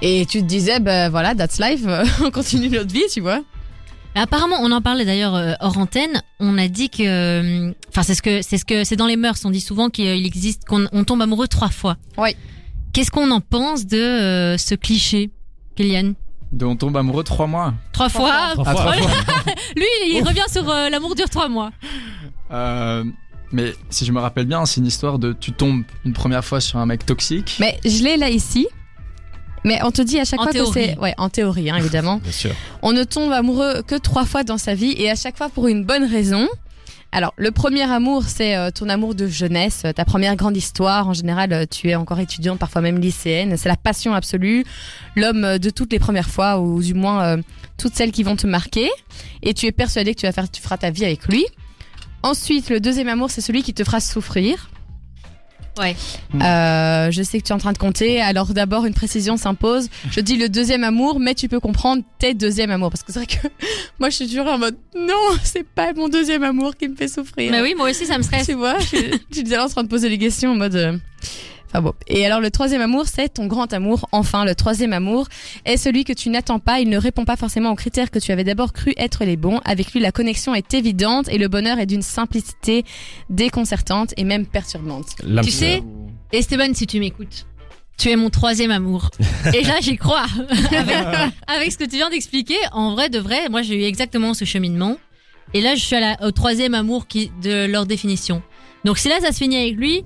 Et tu te disais, ben voilà, that's life, <laughs> on continue notre vie, tu vois.
Apparemment, on en parlait d'ailleurs euh, hors antenne. On a dit que, euh, enfin, c'est ce que, c'est ce que, c'est dans les mœurs. On dit souvent qu'il euh, existe qu'on on tombe amoureux trois fois.
Oui.
Qu'est-ce qu'on en pense de euh, ce cliché, Kylian
De on tombe amoureux trois mois.
Trois
Trois
fois.
Trois fois.
Oh, Lui, il revient sur euh, l'amour dure trois mois.
Euh, mais si je me rappelle bien, c'est une histoire de tu tombes une première fois sur un mec toxique.
Mais je l'ai là ici. Mais on te dit à chaque
En
fois
théorie.
que c'est ouais en théorie hein,
<laughs>
évidemment.
Bien sûr.
on ne tombe amoureux que trois fois dans sa vie et à chaque fois pour une bonne raison. Alors le premier amour c'est euh, ton amour de jeunesse, euh, ta première grande histoire. En général euh, tu es encore étudiante, parfois même lycéenne. C'est la passion absolue, l'homme euh, de toutes les premières fois ou du moins euh, toutes celles qui vont te marquer. Et tu es persuadé que tu vas faire, tu feras ta vie avec lui. Ensuite le deuxième amour c'est celui qui te fera souffrir.
Ouais.
Euh, je sais que tu es en train de compter. Alors d'abord, une précision s'impose. Je dis le deuxième amour, mais tu peux comprendre tes deuxièmes amours. Parce que c'est vrai que <laughs> moi, je suis toujours en mode non, c'est pas mon deuxième amour qui me fait souffrir.
Mais Bah oui, moi aussi, ça me stresse.
Tu vois, je suis- je suis déjà en train de poser des questions en mode. euh, Enfin bon. Et alors le troisième amour, c'est ton grand amour. Enfin, le troisième amour est celui que tu n'attends pas. Il ne répond pas forcément aux critères que tu avais d'abord cru être les bons. Avec lui, la connexion est évidente et le bonheur est d'une simplicité déconcertante et même perturbante.
Tu sais, Esteban, si tu m'écoutes, tu es mon troisième
<laughs>
amour. Et là, j'y <laughs> crois. avec, avec ce que tu viens d'expliquer, en vrai de vrai, moi, j'ai eu exactement ce cheminement. Et là, je suis à la- au troisième amour qui, de leur définition. Donc, si là, ça se finit avec lui,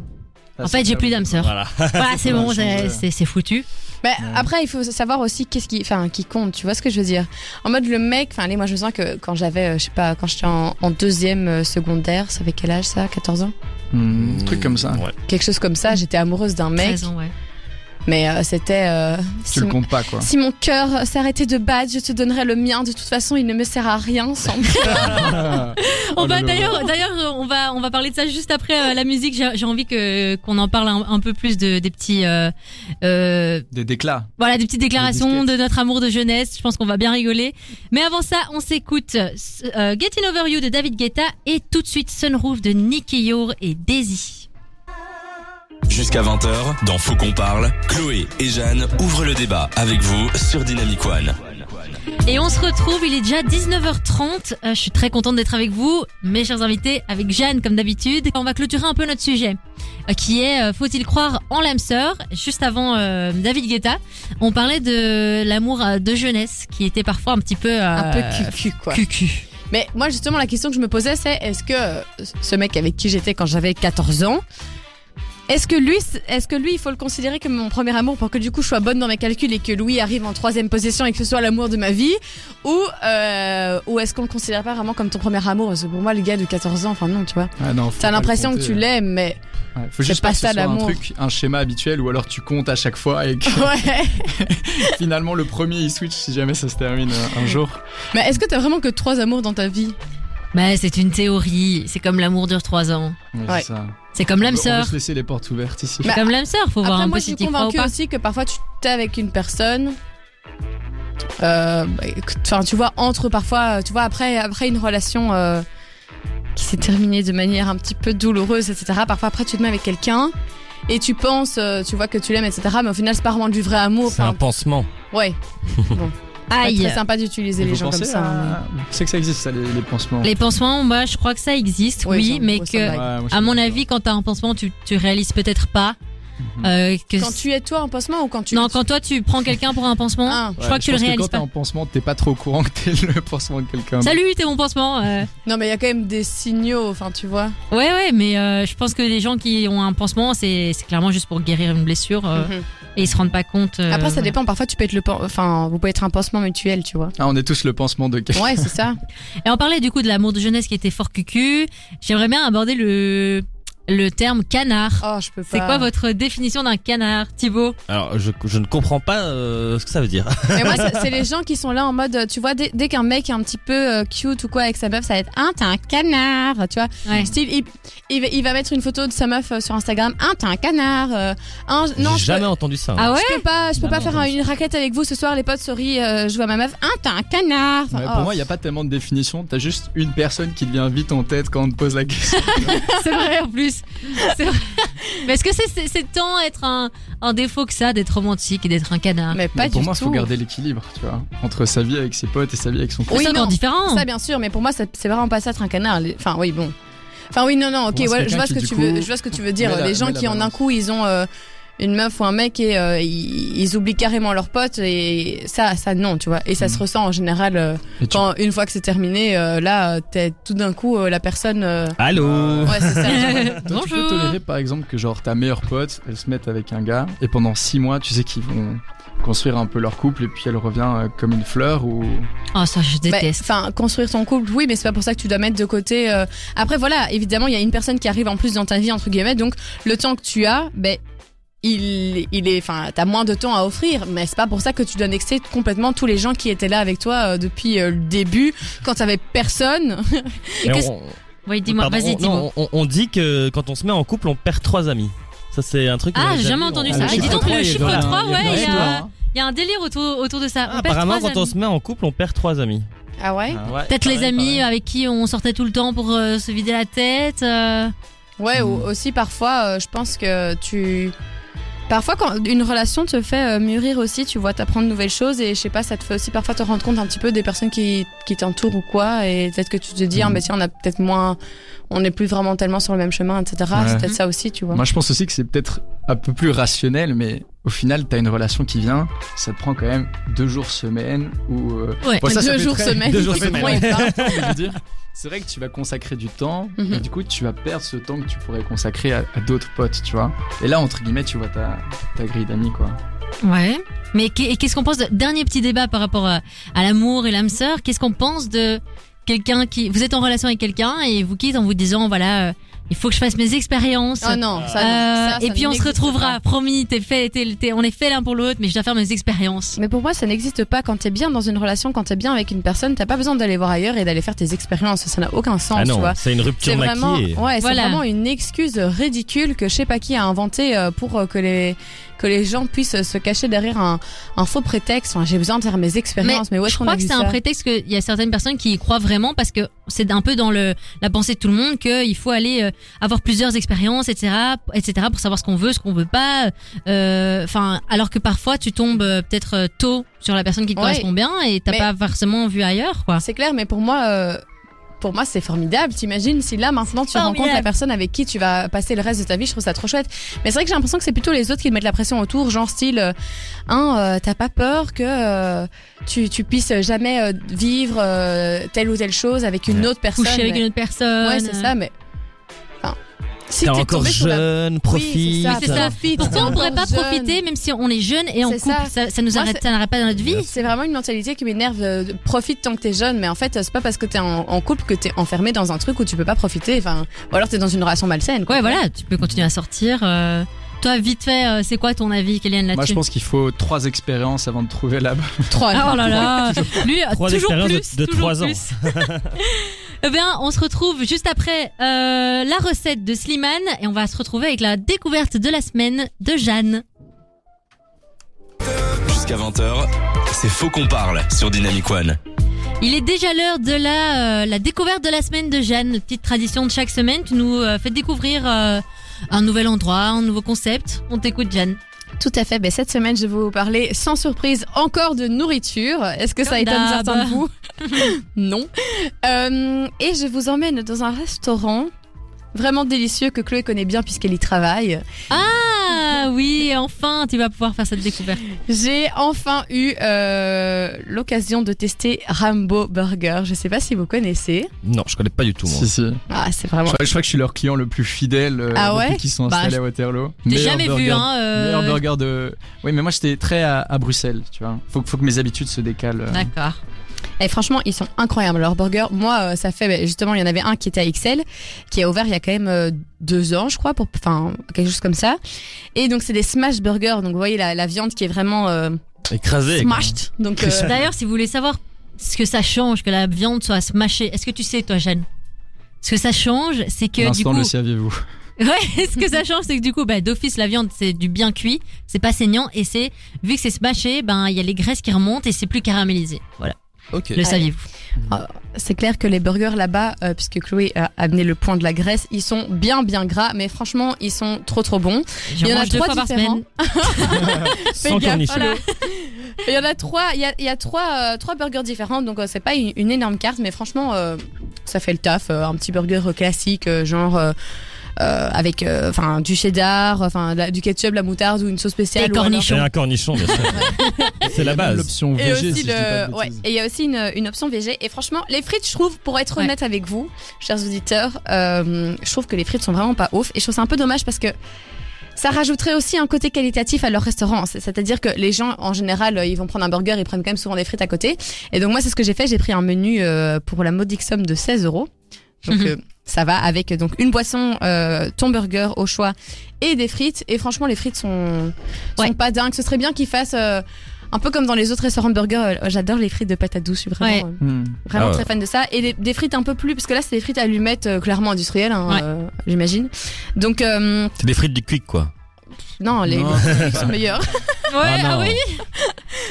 en fait, j'ai plus d'âme sœur.
Voilà.
Voilà, c'est
<laughs> Ça
bon,
va
c'est-
changer.
c'est c'est foutu.
Bah, Après, il faut savoir aussi qu'est-ce qui, enfin, qui compte. Tu vois ce que je veux dire En mode le mec. Enfin, allez, moi, je me sens que quand j'avais, euh, je sais pas, quand j'étais en, en deuxième euh, secondaire, ça fait quel âge ça 14 ans
Hmm, un truc comme ça.
Ouais.
Quelque chose comme ça. J'étais amoureuse d'un mec,
13 ans, ouais.
mais euh, c'était. euh, si,
Tu le comptes pas quoi.
si mon cœur s'arrêtait de battre, je te donnerais le mien. De toute façon, il ne me sert à rien sans.
<laughs>
On
Oh
va
là là.
bah, d'ailleurs, d'ailleurs, euh, on va, on va parler de ça juste après euh, la musique. J'ai j'ai envie que qu'on en parle un, un peu plus de des petits, euh, euh,
Des déclats.
Voilà, des petites déclarations de
disquettes.
notre amour de jeunesse. Je pense qu'on va bien rigoler. Mais avant ça, on s'écoute euh, Getting Over You de David Guetta et tout de suite Sunroof de Nicky Yor et Daisy.
Jusqu'à 20h, dans Faut qu'on parle, Chloé et Jeanne ouvrent le débat avec vous sur Dynamic One.
Et on se retrouve, il est déjà 19h30. Euh, je suis très contente d'être avec vous, mes chers invités, avec Jeanne comme d'habitude. On va clôturer un peu notre sujet, euh, qui est euh, faut-il croire en l'âme sœur Juste avant euh, David Guetta, on parlait de l'amour euh, de jeunesse, qui était parfois un petit peu... euh,
Un peu cucu, quoi.
cucu.
Mais moi, justement, la question que je me posais, c'est est-ce que euh, ce mec avec qui j'étais quand j'avais 14 ans, Est-ce que lui, est-ce que lui, il faut le considérer comme mon premier amour pour que du coup je sois bonne dans mes calculs et que Louis arrive en troisième position et que ce soit l'amour de ma vie, ou euh, ou est-ce qu'on le considère pas vraiment comme ton premier amour Parce que pour moi, le gars de 14 ans, enfin non, tu vois,
Ah non, faut
t'as
pas le
l'impression que
compter,
tu
là.
l'aimes, mais <laughs>
Ouais, faut
C'est
juste
pas
pas que ce
ça,
soit un
l'amour.
truc, un schéma habituel ou alors tu comptes à chaque fois et que
ouais.
finalement le premier il switch si jamais ça se termine euh, un jour.
mais est-ce que t'as vraiment que trois amours dans ta vie
Bah, c'est une théorie. C'est comme l'amour dure 3 ans.
Ouais,
Ouais.
c'est ça.
C'est comme
On
l'âme
peut- on peut
sœur.
se laisser les portes ouvertes ici.
C'est
Bah,
comme l'âme sœur. Faut voir
Après,
un
moi,
peu
je
si
suis
t'y crois ou
convaincue
pas.
aussi que parfois tu t'es avec une personne. euh, bah, écoute, Enfin, tu vois, entre parfois, euh, tu vois, après, après une relation euh, qui s'est terminée de manière un petit peu douloureuse, etc. Parfois, après, tu te mets avec quelqu'un et tu penses, euh, tu vois, que tu l'aimes, etc. Mais au final, c'est pas vraiment du vrai amour.
C'est un
Enfin,
pansement.
ouais. C'est
Aïe.
très sympa d'utiliser les
Vous
gens comme
pensez
ça. hein,
à- Je sais que ça existe ça, les, les pansements.
Les pansements, bah, je crois que ça existe,
Ouais,
oui,
ça me-
mais
ça me
que,
va.
moi, je
à
suis
mon
d'accord.
avis, quand t'as un pansement, tu, tu réalises peut-être pas
Mhm.
euh, que.
mais- Quand tu es toi en pansement ou quand tu
Non, quand toi tu prends quelqu'un pour un pansement,
Ah.
je crois
Ouais,
que tu le
pense
réalises
quand t'es
pas.
en pansement, t'es pas trop au courant que t'es le pansement de quelqu'un.
Salut, t'es mon pansement. euh.
Non, mais il y a quand même des signaux, enfin, tu vois.
Ouais, ouais, mais euh, je pense que les gens qui ont un pansement, c'est c'est clairement juste pour guérir une blessure euh,
Mhm.
et ils se rendent pas compte. euh,
Après, ça
voilà.
dépend. Parfois, tu peux être le, pan- enfin, vous pouvez être un pansement mutuel,
<laughs>
tu vois.
Ah, on est tous le pansement de quelqu'un.
Ouais, c'est ça.
Et on parlait du coup de l'amour de jeunesse qui était fort cucu. J'aimerais bien aborder le, le terme canard.
Oh, je peux pas.
C'est quoi votre définition d'un canard, Thibaut
Alors, je, je ne comprends pas euh, ce que ça veut dire.
Mais
<laughs>
moi, c'est c'est les gens qui sont là en mode, tu vois, dès, dès qu'un mec est un petit peu euh, cute ou quoi avec sa meuf, ça va être Ah, t'es un canard, tu vois.
Ouais.
Steve, il, il va- il va mettre une photo de sa meuf euh, sur Instagram Ah, t'es un canard. euh, Ah, je- non,
J'ai
je
jamais
peux,
entendu ça.
Ah ouais
je peux pas, je peux
Ah
pas
non,
faire
non.
un- une raquette avec vous ce soir, les potes, sorry, euh, je vois ma meuf. Ah, t'es un canard. Enfin,
Ouais,
oh,
pour moi, il n'y a pas tellement de définition. T'as juste une personne qui devient vite en tête quand on te pose la question.
C'est vrai en plus. C'est vrai. Mais est-ce que c'est c'est- c'est tant être un, un défaut que ça d'être romantique et d'être un canard
mais pas
Mais pour
du
moi,
tout.
faut garder l'équilibre, tu vois, entre sa vie avec ses potes et sa vie avec son. couple.
C'est
Oui,
encore
non.
différent. <laughs>
Ça, bien sûr, mais pour moi, ça- c'est vraiment pas ça, être un canard. Les- Enfin, oui, bon. Enfin, oui, non, non, ok,
Pour moi, c'est
ouais, je,
quelqu'un
vois ce que
qui,
tu
du
veux,
coup,
je vois ce que tu veux dire.
met la-
les gens
met la
qui, en un
balance.
coup, ils ont euh, une meuf ou un mec et euh, ils, ils oublient carrément leurs potes, et ça, ça, non, tu vois. Et ça se
Mhm.
ressent en général euh,
Et tu-
quand, une fois que c'est terminé, euh, là, euh, t'es tout d'un coup euh, la personne.
<laughs>
euh,
Allô
Ouais, c'est ça.
Toi, tu peux
Bonjour.
tolérer par exemple que genre ta meilleure pote, elle se mette avec un gars et pendant six mois, tu sais qu'ils vont construire un peu leur couple et puis elle revient euh, comme une fleur ou
Oh ça je
Bah,
déteste.
Enfin, construire ton couple, oui, mais c'est pas pour ça que tu dois mettre de côté. euh, Après, voilà, évidemment, il y a une personne qui arrive en plus dans ta vie, entre guillemets, donc le temps que tu as, ben. Il, il est, enfin, t'as moins de temps à offrir, mais c'est pas pour ça que tu dois annexer complètement tous les gens qui étaient là avec toi euh, depuis euh, le début, quand t'avais personne.
Et
qu'est-ce-
on-
oui dis-moi,
Ah, pardon,
vas-y
on-
Thibaut.
non, on, on dit que quand on se met en couple, on perd trois amis. Ça, c'est un truc. que
Ah,
j'avais
j'ai jamais
vu. Ah,
entendu
On-
ça.
on-
Et dis donc,
trois,
le
il y a
chiffre
de la-
trois,
il y a
ouais,
de la
il y a-
histoire, hein.
Il y a un délire autour, autour de ça.
Ah,
On perd
apparemment,
trois
quand on
amis.
se met en couple, on perd trois amis.
Ah ouais?
Ouais,
Peut-être les
pareil,
amis
pareil.
avec qui on sortait tout le temps pour euh, se vider la tête. euh.
Ouais, ou aussi parfois, euh, je pense que tu. Parfois, quand une relation te fait euh, mûrir aussi, tu vois, t'apprends de nouvelles choses et je sais pas, ça te fait aussi parfois te rendre compte un petit peu des personnes qui, qui t'entourent ou quoi, et peut-être que tu te dis, ah, bah tiens, on a peut-être moins. On n'est plus vraiment tellement sur le même chemin, etc.
Ouais.
C'est peut-être ça aussi, tu vois.
Moi, je pense aussi que c'est peut-être un peu plus rationnel, mais au final, t'as une relation qui vient, ça te prend quand même deux jours semaine ou. euh,
Ouais.
bon, ça, ça
deux,
fait
jours
très-
semaine,
deux jours
je sais pas
semaine,
comment il parle.
mais <laughs> je veux dire, c'est vrai que tu vas consacrer du temps,
Mhm.
et du coup, tu vas perdre ce temps que tu pourrais consacrer à, à d'autres potes, tu vois. Et là, entre guillemets, tu vois ta, ta grille d'amis, quoi.
Ouais. Mais qu'est- et qu'est-ce qu'on pense de... Dernier petit débat par rapport à, à l'amour et l'âme sœur. Qu'est-ce qu'on pense de quelqu'un qui... Vous êtes en relation avec quelqu'un et vous quitte en vous disant, voilà, euh, il faut que je fasse mes expériences.
Ah non, ça,
Euh,
non, ça,
et
ça
puis on se
n'existe
retrouvera,
pas.
promis, t'es fait, t'es- t'es- on est fait l'un pour l'autre, mais je dois faire mes expériences.
Mais pour moi, ça n'existe pas. Quand t'es bien dans une relation, quand t'es bien avec une personne, t'as pas besoin d'aller voir ailleurs et d'aller faire tes expériences. Ça n'a aucun
euh,
sens,
Ah
tu
non,
vois.
c'est une
C'est
rupture
vraiment,
maquillée.
ouais, c'est
Voilà.
vraiment une excuse ridicule que je sais pas qui a inventée euh, pour euh, que les que les gens puissent se cacher derrière un, un faux prétexte. Enfin, J'ai besoin de faire mes expériences, mais, où est-ce
je
qu'on a
crois que
vu
c'est
ça
un prétexte qu'il y a certaines personnes qui y croient vraiment parce que c'est un peu dans le, la pensée de tout le monde qu'il faut aller euh, avoir plusieurs expériences, etc., etc., pour savoir ce qu'on veut, ce qu'on veut pas. euh, Enfin, alors que parfois tu tombes euh, peut-être euh, tôt sur la personne qui te
Ouais.
correspond bien et t'as
Mais-
pas forcément vu ailleurs, quoi.
Ah, C'est clair, mais pour moi. euh, pour moi, c'est formidable. T'imagines si là, maintenant, tu
Formidable.
rencontres la personne avec qui tu vas passer le reste de ta vie, je trouve ça trop chouette. Mais c'est vrai que j'ai l'impression que c'est plutôt les autres qui te mettent la pression autour, genre style, euh, hein, euh, t'as pas peur que euh, tu, tu puisses jamais euh, vivre euh, telle ou telle chose avec une autre personne.
Coucher avec
mais-
une autre personne.
Ouais, c'est ça, mais. enfin, Si
t'es
t'es
encore
tombé sur la-
jeune, profite.
Oui,
c'est ça.
Profite.
Pourquoi on
Encore
pourrait pas
jeune.
profiter même si on est jeune et en
C'est
couple ça.
ça.
ça nous
Moi,
arrête,
c'est-
ça n'arrête pas dans notre vie.
C'est vraiment une mentalité qui m'énerve. euh, de- Profite tant que t'es jeune, mais en fait, euh, c'est pas parce que t'es en, en couple que t'es enfermé dans un truc où tu peux pas profiter. Enfin, ou alors t'es dans une relation malsaine. Quoi.
Ouais, voilà, tu peux continuer à sortir. euh. Toi, vite fait, euh, c'est quoi ton avis, Kéliane,
Ah,
Moi, je
là-dessus
pense qu'il faut trois expériences avant de trouver la bonne.
<laughs> Trois.
Ah, Oh
<laughs>
là là Lui,
Trois
toujours
expériences de-
plus,
de
toujours
trois ans.
plus. Eh bien, on se retrouve juste après euh, la recette de Slimane et on va se retrouver avec la découverte de la semaine de Jeanne.
Jusqu'à 20h, c'est Faux qu'on parle sur Dynamic One.
Il est déjà l'heure de la, euh, la découverte de la semaine de Jeanne, la petite tradition de chaque semaine. Tu nous euh, fais découvrir euh, un nouvel endroit, un nouveau concept. On t'écoute, Jeanne.
Tout à fait. Ben, cette semaine, je vais vous parler sans surprise encore de nourriture. Est-ce que ça
Comme
étonne
d'hab.
certains de <laughs> vous Non. Euh, et je vous emmène dans un restaurant vraiment délicieux que Chloé connaît bien puisqu'elle y travaille.
Ah oui, enfin, tu vas pouvoir faire cette découverte.
J'ai enfin eu euh, l'occasion de tester Rambo Burger. Je sais pas si vous connaissez.
Non, je connais pas du tout. moi.
<laughs> Si, si.
Ah, c'est
Je
vraiment.
crois, je crois que je suis leur client le plus fidèle euh,
Ah ouais
depuis qu'ils sont
Bah,
installés à Waterloo.
T'es
Meilleur
jamais vu,
burger.
hein euh,
Meilleur burger de. Oui, mais moi j'étais très à, à Bruxelles, tu vois. Faut, que- faut que mes habitudes se décalent. euh.
D'accord.
Et Eh, franchement, ils sont incroyables leurs burgers. Moi, euh, ça fait ben, justement, il y en avait un qui était à XL, qui a ouvert il y a quand même euh, deux ans, je crois, pour enfin quelque chose comme ça. Et donc c'est des smash burgers. Donc vous voyez la, la viande qui est vraiment euh,
Écrasé.
smashed. Donc euh,
D'ailleurs, si vous voulez savoir ce que ça change que la viande soit smashée, est-ce que tu sais, toi, Jeanne ce que ça change, c'est
Pour
que du
l'instant,
coup,
le saviez-vous
<laughs> ouais, ce que ça change, c'est que du coup, bah, d'office, la viande, c'est du bien cuit, c'est pas saignant, et c'est vu que c'est smashé, ben il y a les graisses qui remontent et c'est plus caramélisé. Voilà,
Ok.
le saviez-vous
c'est clair que les burgers là-bas, euh, puisque Chloé a amené le point de la Grèce, ils sont bien bien gras, mais franchement, ils sont trop trop bons.
J'en
Il y en a
mange deux fois
trois
par
différents.
semaine.
<laughs>
Sans
gaffe,
cornichon.
voilà. Il y en a trois, il y a, il y a trois, euh, trois burgers différents, donc euh, c'est pas une, une énorme carte, mais franchement, euh, ça fait le taf. euh, un petit burger euh, classique, euh, genre euh, euh, avec, euh, enfin, du cheddar, enfin, de la- du ketchup, de la moutarde ou une sauce spéciale.
Des
ou alors-
cornichons.
Et un cornichon,
<laughs>
bien sûr. c'est la base.
L'option
Et
VG, si
aussi
je dis pas de
le, ouais,
bêtises.
et il y a aussi une, une option VG. Et franchement, les frites, je trouve, pour être
Ouais.
honnête avec vous, chers auditeurs, euh, je trouve que les frites sont vraiment pas ouf. Et je trouve ça un peu dommage parce que ça rajouterait aussi un côté qualitatif à leur restaurant. C'est- C'est-à-dire que les gens, en général, euh, ils vont prendre un burger, ils prennent quand même souvent des frites à côté. Et donc moi, c'est ce que j'ai fait. J'ai pris un menu euh, pour la modique somme de 16 euros. Donc
Mhm.
euh, ça va avec euh, donc une boisson, euh, ton burger au choix et des frites. Et franchement, les frites sont, sont
Ouais.
pas dingues. Ce serait bien qu'ils fassent euh, un peu comme dans les autres restaurants de burgers. Euh, J'adore les frites de patate douce. Je suis vraiment,
Ouais.
euh,
Hmm.
vraiment
Ah ouais.
très fan de ça. Et des, des frites un peu plus, parce que là, c'est des frites à allumettes euh, clairement industrielles, hein,
Ouais.
euh, j'imagine. Donc euh,
C'est des frites du quick, quoi.
non, les
Non.
<laughs> frites sont meilleures.
Ah non.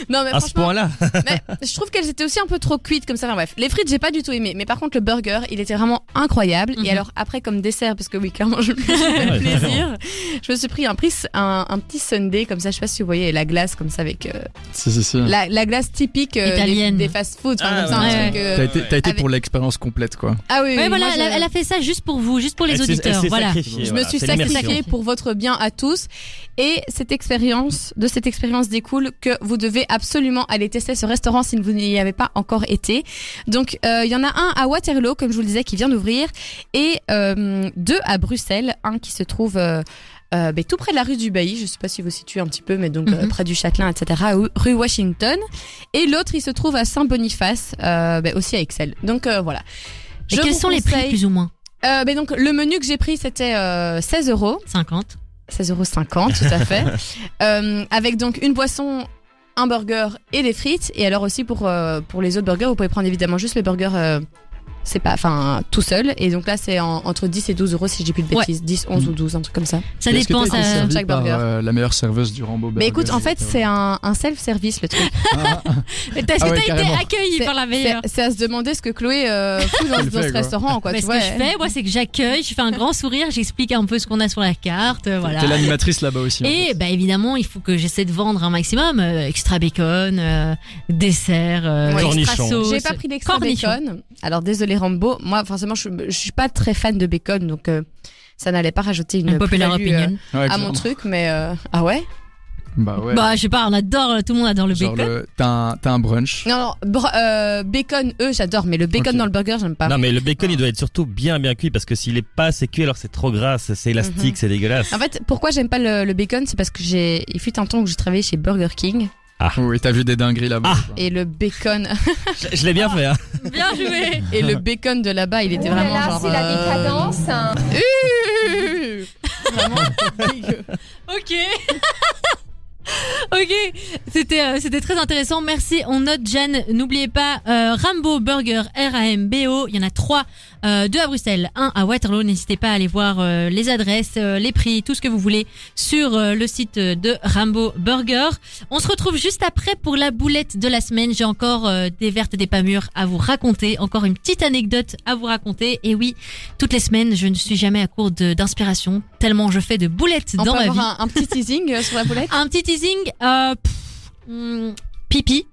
non, mais
À ce
franchement,
point-là.
mais je trouve qu'elles étaient aussi un peu trop cuites comme ça. Enfin, bref, les frites, j'ai pas du tout aimé. Mais par contre, le burger, il était vraiment incroyable.
Mhm.
Et alors, après, comme dessert, parce que oui, clairement, je me
<laughs>
suis fait
Ouais,
plaisir, je me suis pris un, pris- un, un petit sundae, comme ça, je sais pas si vous voyez, la glace, comme ça, avec euh,
Si, si, si.
la, la glace typique euh,
Italienne.
des, fast-food. Enfin,
Ah,
comme ça, un
ouais,
truc, euh,
T'as été, t'as été
Avec-
pour l'expérience complète, quoi.
Ah oui, oui,
Ouais,
moi,
voilà,
je-
elle a- elle a fait ça juste pour vous, juste pour les auditeurs. Voilà.
Je me suis sacrifiée
l'immersion.
pour votre bien à tous. Et cette expérience, de cette expérience découle que vous devez absolument aller tester ce restaurant si vous n'y avez pas encore été. Donc, euh, il y en a un à Waterloo, comme je vous le disais, qui vient d'ouvrir, et euh, deux à Bruxelles, un qui se trouve euh, euh, ben, tout près de la rue du Bailly, je sais pas si vous situez un petit peu, mais donc euh,
Mhm.
près du Châtelain, etc., à rue Washington. Et l'autre, il se trouve à Saint-Boniface, euh, ben, aussi à Excel. Donc euh, voilà.
Et
Je
quels
vous
sont les prix,
conseille-
plus ou moins
euh, ben donc le menu que j'ai pris c'était euh, 16 euros.
50.
16,50€ tout à
<laughs>
fait. Euh, avec donc une boisson, un burger et des frites. Et alors aussi pour, euh, pour les autres burgers, vous pouvez prendre évidemment juste le burger. euh, c'est pas, enfin, tout seul. Et donc là, c'est en- entre 10 et 12 euros si j'ai plus de
Ouais.
bêtises. 10, 11 ou 12, un truc comme ça.
Ça
Et est-ce que
dépend.
t'as été
ça-
servie
Jack
par,
Burger.
euh, la meilleure serveuse du Rambo
Mais
Burger
écoute, en fait, c'est un, un self-service le truc.
Ah,
<laughs>
ah,
Est-ce que
Ah ouais,
<laughs> t'as été
carrément.
accueillie
C'est-
par la
C'est
meilleure
c'est à se demander ce que Chloé euh, fout dans,
Elle
dans
fait,
ce
quoi.
restaurant, quoi.
Mais
tu
ce
vois.
que je fais, moi, c'est que j'accueille, je fais un grand sourire, j'explique un peu ce qu'on a sur la carte, euh, voilà.
T'es l'animatrice là-bas aussi. en
Et
fait.
bah évidemment, il faut que j'essaie de vendre un maximum euh, extra bacon, euh, dessert, euh,
Ouais.
extra
Cornichons.
sauce.
J'ai pas pris d'extra
Cornichons.
bacon. Alors désolé Rambo, moi forcément je, je suis pas très fan de bacon donc euh, ça n'allait pas rajouter une
Une popular
plus-value, euh,
opinion.
Ouais,
à
clairement.
mon truc mais euh, ah ouais
Bah ouais.
Bah, je sais pas, on adore, tout le monde adore le
Genre
bacon.
le- t'as un, t'as un brunch.
Non, non, br- euh, bacon, eux, j'adore, mais le bacon
Ok.
dans le burger,
Ah.
j'aime pas.
Non, mais le bacon, il doit être surtout bien, bien cuit parce que s'il est pas assez cuit, alors c'est trop gras, c'est c'est
Mhm.
élastique, c'est dégueulasse.
En fait, pourquoi j'aime pas le, le bacon, c'est parce que j'ai. Il fut un temps où j'ai travaillé chez Burger King
Oui, t'as vu des dingueries là-bas.
Ah.
ou pas
et le bacon <laughs>
Ah.
Je, je l'ai bien fait, hein.
Bien joué.
et le bacon de là-bas, il était
Oh
vraiment genre. euh, <laughs>
Ok. ok. C'était euh, c'était très intéressant. Merci. On note Jeanne. N'oubliez pas euh, Rambo Burger R A M B O. Il y en a trois. euh, deux à Bruxelles, un à Waterloo. N'hésitez pas à aller voir euh, les adresses, euh, les prix, tout ce que vous voulez sur euh, le site de Rambo Burger. On se retrouve juste après pour la boulette de la semaine. J'ai encore euh, des vertes et des pas mûres à vous raconter. Encore une petite anecdote à vous raconter. Et oui, toutes les semaines, je ne suis jamais à court de- d'inspiration tellement je fais de boulettes
On
dans
peut
ma vie.
avoir un, un petit teasing euh, sur la boulette
Un petit teasing, euh, pff, hmm, pipi.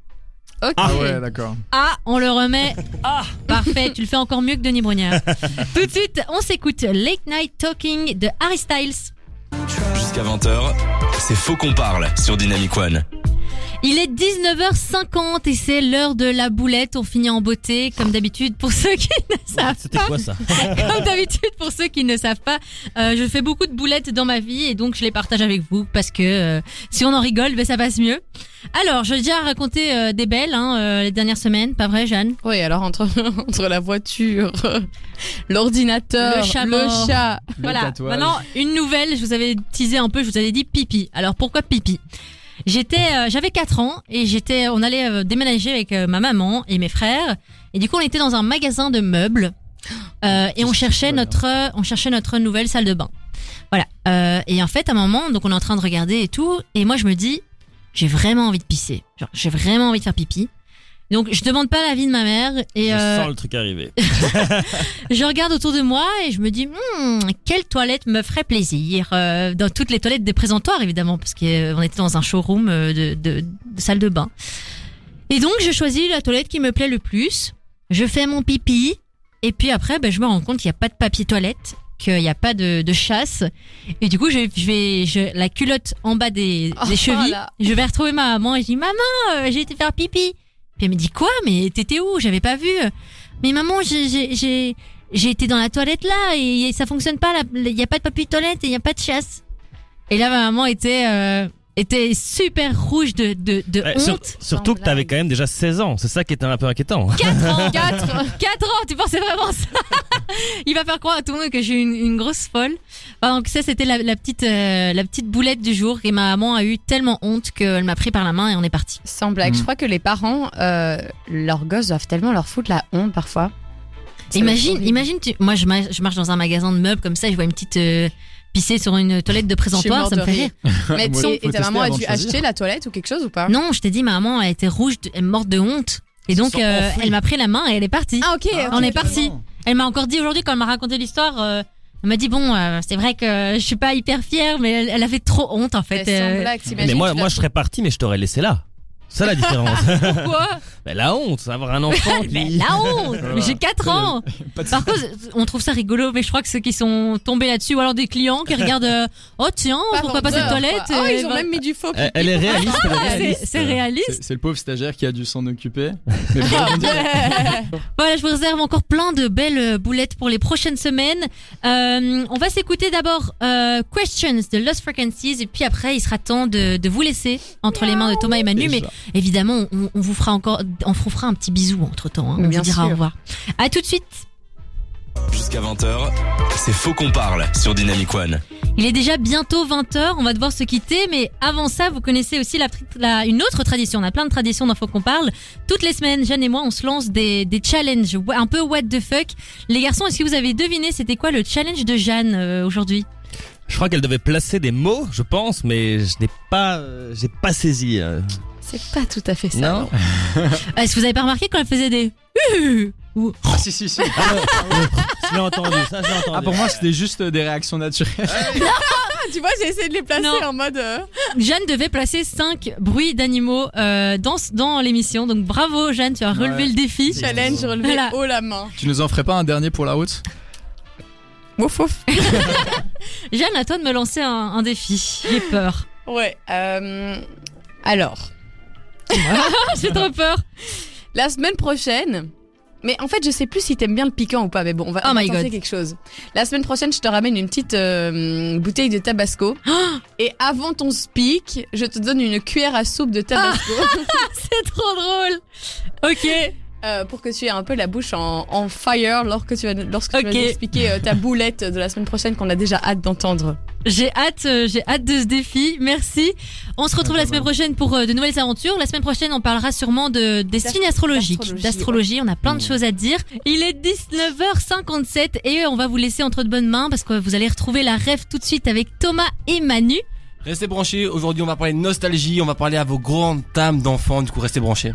Ok.
Ah ouais, d'accord.
Ah, on le remet. Ah, parfait. Tu le fais encore mieux que Denis Brognard. Tout de suite, on s'écoute Late Night Talking de Harry Styles.
Jusqu'à 20h, c'est Faux qu'on parle sur Dynamic One.
Il est 19h50 et c'est l'heure de la boulette. On finit en beauté, comme d'habitude. Pour ceux qui ne
<laughs>
savent
C'était
pas,
quoi ça
comme d'habitude, pour ceux qui ne savent pas, euh, je fais beaucoup de boulettes dans ma vie et donc je les partage avec vous parce que euh, si on en rigole, ben ça passe mieux. Alors, je l'ai déjà raconté euh, des belles hein, euh, les dernières semaines, pas vrai, Jeanne
Oui, alors entre, <laughs> entre la voiture, l'ordinateur,
Le chat mort.
le chat.
Le
Voilà.
tatouage. <laughs>
Maintenant, une nouvelle. Je vous avais teasé un peu. Je vous avais dit pipi. Alors pourquoi pipi J'étais, euh, j'avais 4 ans et j'étais, on allait euh, déménager avec euh, ma maman et mes frères. Et du coup, on était dans un magasin de
<gasps>
meubles
Oh,
euh, et on cherchait notre, euh, on cherchait notre nouvelle salle de bain. Voilà. Euh, et en fait, à un moment, donc on est en train de regarder et tout, et moi je me dis, j'ai vraiment envie de pisser. Genre, j'ai vraiment envie de faire pipi. Donc je demande pas l'avis de ma mère et
Je
euh,
sens le truc arriver.
je regarde autour de moi et je me dis Hmm, quelle toilette me ferait plaisir Euh, dans toutes les toilettes des présentoirs évidemment parce qu'on était dans un showroom euh, de, de- de salle de bain et donc je choisis la toilette qui me plaît le plus je fais mon pipi et puis après ben, je me rends compte qu'il n'y a pas de papier toilette qu'il n'y a pas de, de chasse et du coup je, je vais je- la culotte en bas des,
Oh
des chevilles
là.
je vais retrouver ma maman et je dis maman euh, j'ai été faire pipi puis elle me dit quoi mais t'étais où j'avais pas vu mais maman j'ai- j'ai j'ai j'ai été dans la toilette là et ça fonctionne pas. là. Il n'y a pas de papier toilette et il n'y a pas de chasse. Et là, ma maman était, euh, était super rouge de, de, de
Ouais, Eh, sur-
honte.
surtout que t'avais quand même déjà 16 ans. C'est ça qui était un peu inquiétant.
4
<laughs>
ans
4
4 ans, tu pensais vraiment ça <laughs> Il va faire croire à tout le monde que j'ai une, une grosse folle. Enfin, donc ça, c'était la, la petite, euh, la petite boulette du jour. Et ma maman a eu tellement honte qu'elle m'a pris par la main et on est parti.
Sans blague, je
Mm.
crois que les parents, euh, leurs gosses doivent tellement leur foutre la honte parfois. Ça doit être
Imagine,
horrible.
imagine, tu... moi je, ma- je marche dans un magasin de meubles comme ça, je vois une petite euh, pissée sur une toilette de présentoir,
morte
ça me
de
fait
rire.
rire.
Mais
Moi,
tu-
faut
et ta
tester
maman a
avant
dû
de choisir.
acheter la toilette ou quelque chose ou pas
Non, je t'ai dit, ma maman, elle était rouge, de- elle morte de honte. Et donc,
sont
euh,
enfouis.
elle m'a pris la main et elle est partie.
Ah ok, ok.
on est parti. Elle m'a encore dit aujourd'hui, quand elle m'a raconté l'histoire, euh, elle m'a dit, bon, euh, c'est vrai que je suis pas hyper fière, mais elle, elle avait trop honte en
Mais
fait.
sans
euh,
blague, t'imagines,
Mais moi,
tu
moi,
dois-
je serais parti, mais je t'aurais laissé là. C'est ça la différence.
<laughs>
<laughs>
pourquoi
Bah, la honte, c'est avoir
<laughs>
un enfant qui.
Mais
<laughs>
la honte Mais J'ai 4 ans Par contre, on trouve ça rigolo, mais je crois que ceux qui sont tombés là-dessus, ou alors des clients qui regardent, euh, oh tiens, pourquoi pas cette
vendeur,
toilette
quoi. Oh,
euh,
ils ont
bah-
même mis du faux.
Elle, elle est réaliste. Elle est
Ah, <laughs> c'est-
réaliste.
C'est réaliste.
C'est c'est le pauvre stagiaire qui a dû s'en occuper. Mais bon, on dit-
Voilà, je vous réserve encore plein de belles euh, boulettes pour les prochaines semaines. Euh, on va s'écouter d'abord euh, Questions de Lost Frequencies et puis après il sera temps de, de vous laisser entre les mains de Thomas et Manu. Mais
Déjà.
évidemment, on, on vous fera encore, on vous fera un petit bisou entre temps.
Mais
on
bien
vous dira au
sûr.
revoir. À tout de suite.
Jusqu'à 20h, c'est Faux qu'on parle sur Dynamic One.
Il est déjà bientôt 20h, on va devoir se quitter, mais avant ça, vous connaissez aussi la, la- une autre tradition, on a plein de traditions d'infos qu'on parle. Toutes les semaines, Jeanne et moi, on se lance des, des challenges, wa- un peu what the fuck. Les garçons, est-ce que vous avez deviné c'était quoi le challenge de Jeanne euh, aujourd'hui
Je crois qu'elle devait placer des mots, je pense, mais je n'ai pas, euh, j'ai pas saisi. euh.
<laughs> C'est pas tout à fait ça.
non.
Est-ce que vous avez pas remarqué quand elle faisait des... <laughs> Huhu ou-
Ah, si, si, si.
Ah, ouais, ouais, je l'ai entendu. Ça, je l'ai entendu.
Ah, pour moi, c'était juste des réactions naturelles.
Ah, tu vois, j'ai essayé de les placer
Non.
en mode. euh,
Jeanne devait placer 5 bruits d'animaux euh, dans, dans l'émission, donc bravo Jeanne, tu as relevé
Ouais.
le défi.
Challenge relevé
Voilà.
haut la main.
Tu nous en ferais pas un dernier pour la route
Wouf wouf.
Jeanne, à toi de me lancer un, un défi, j'ai peur.
Ouais. euh, alors,
J'ai trop peur.
la semaine prochaine. Mais en fait, je sais plus si t'aimes bien le piquant ou pas, mais bon, on va,
Oh
on va
my
tenter
God.
quelque chose. La semaine prochaine, je te ramène une petite euh, bouteille de tabasco.
Oh
Et avant ton speak, je te donne une cuillère à soupe de tabasco
Ah C'est trop drôle. Ok.
<laughs> euh, pour que tu aies un peu la bouche en, en fire lorsque tu vas, lorsque tu vas
Ok.
nous expliquer euh, ta boulette de la semaine prochaine qu'on a déjà hâte d'entendre.
J'ai hâte, euh, j'ai hâte de ce défi. Merci. On se retrouve la semaine prochaine pour euh, de nouvelles aventures. La semaine prochaine, on parlera sûrement de, des signes astrologiques,
d'astrologie,
d'astrologie. On a plein de choses à dire. Il est 19h57 et on va vous laisser entre de bonnes mains parce que vous allez retrouver la rêve tout de suite avec Thomas et Manu.
Restez branchés, aujourd'hui on va parler nostalgie, on va parler à vos grandes âmes d'enfants, du coup restez branchés.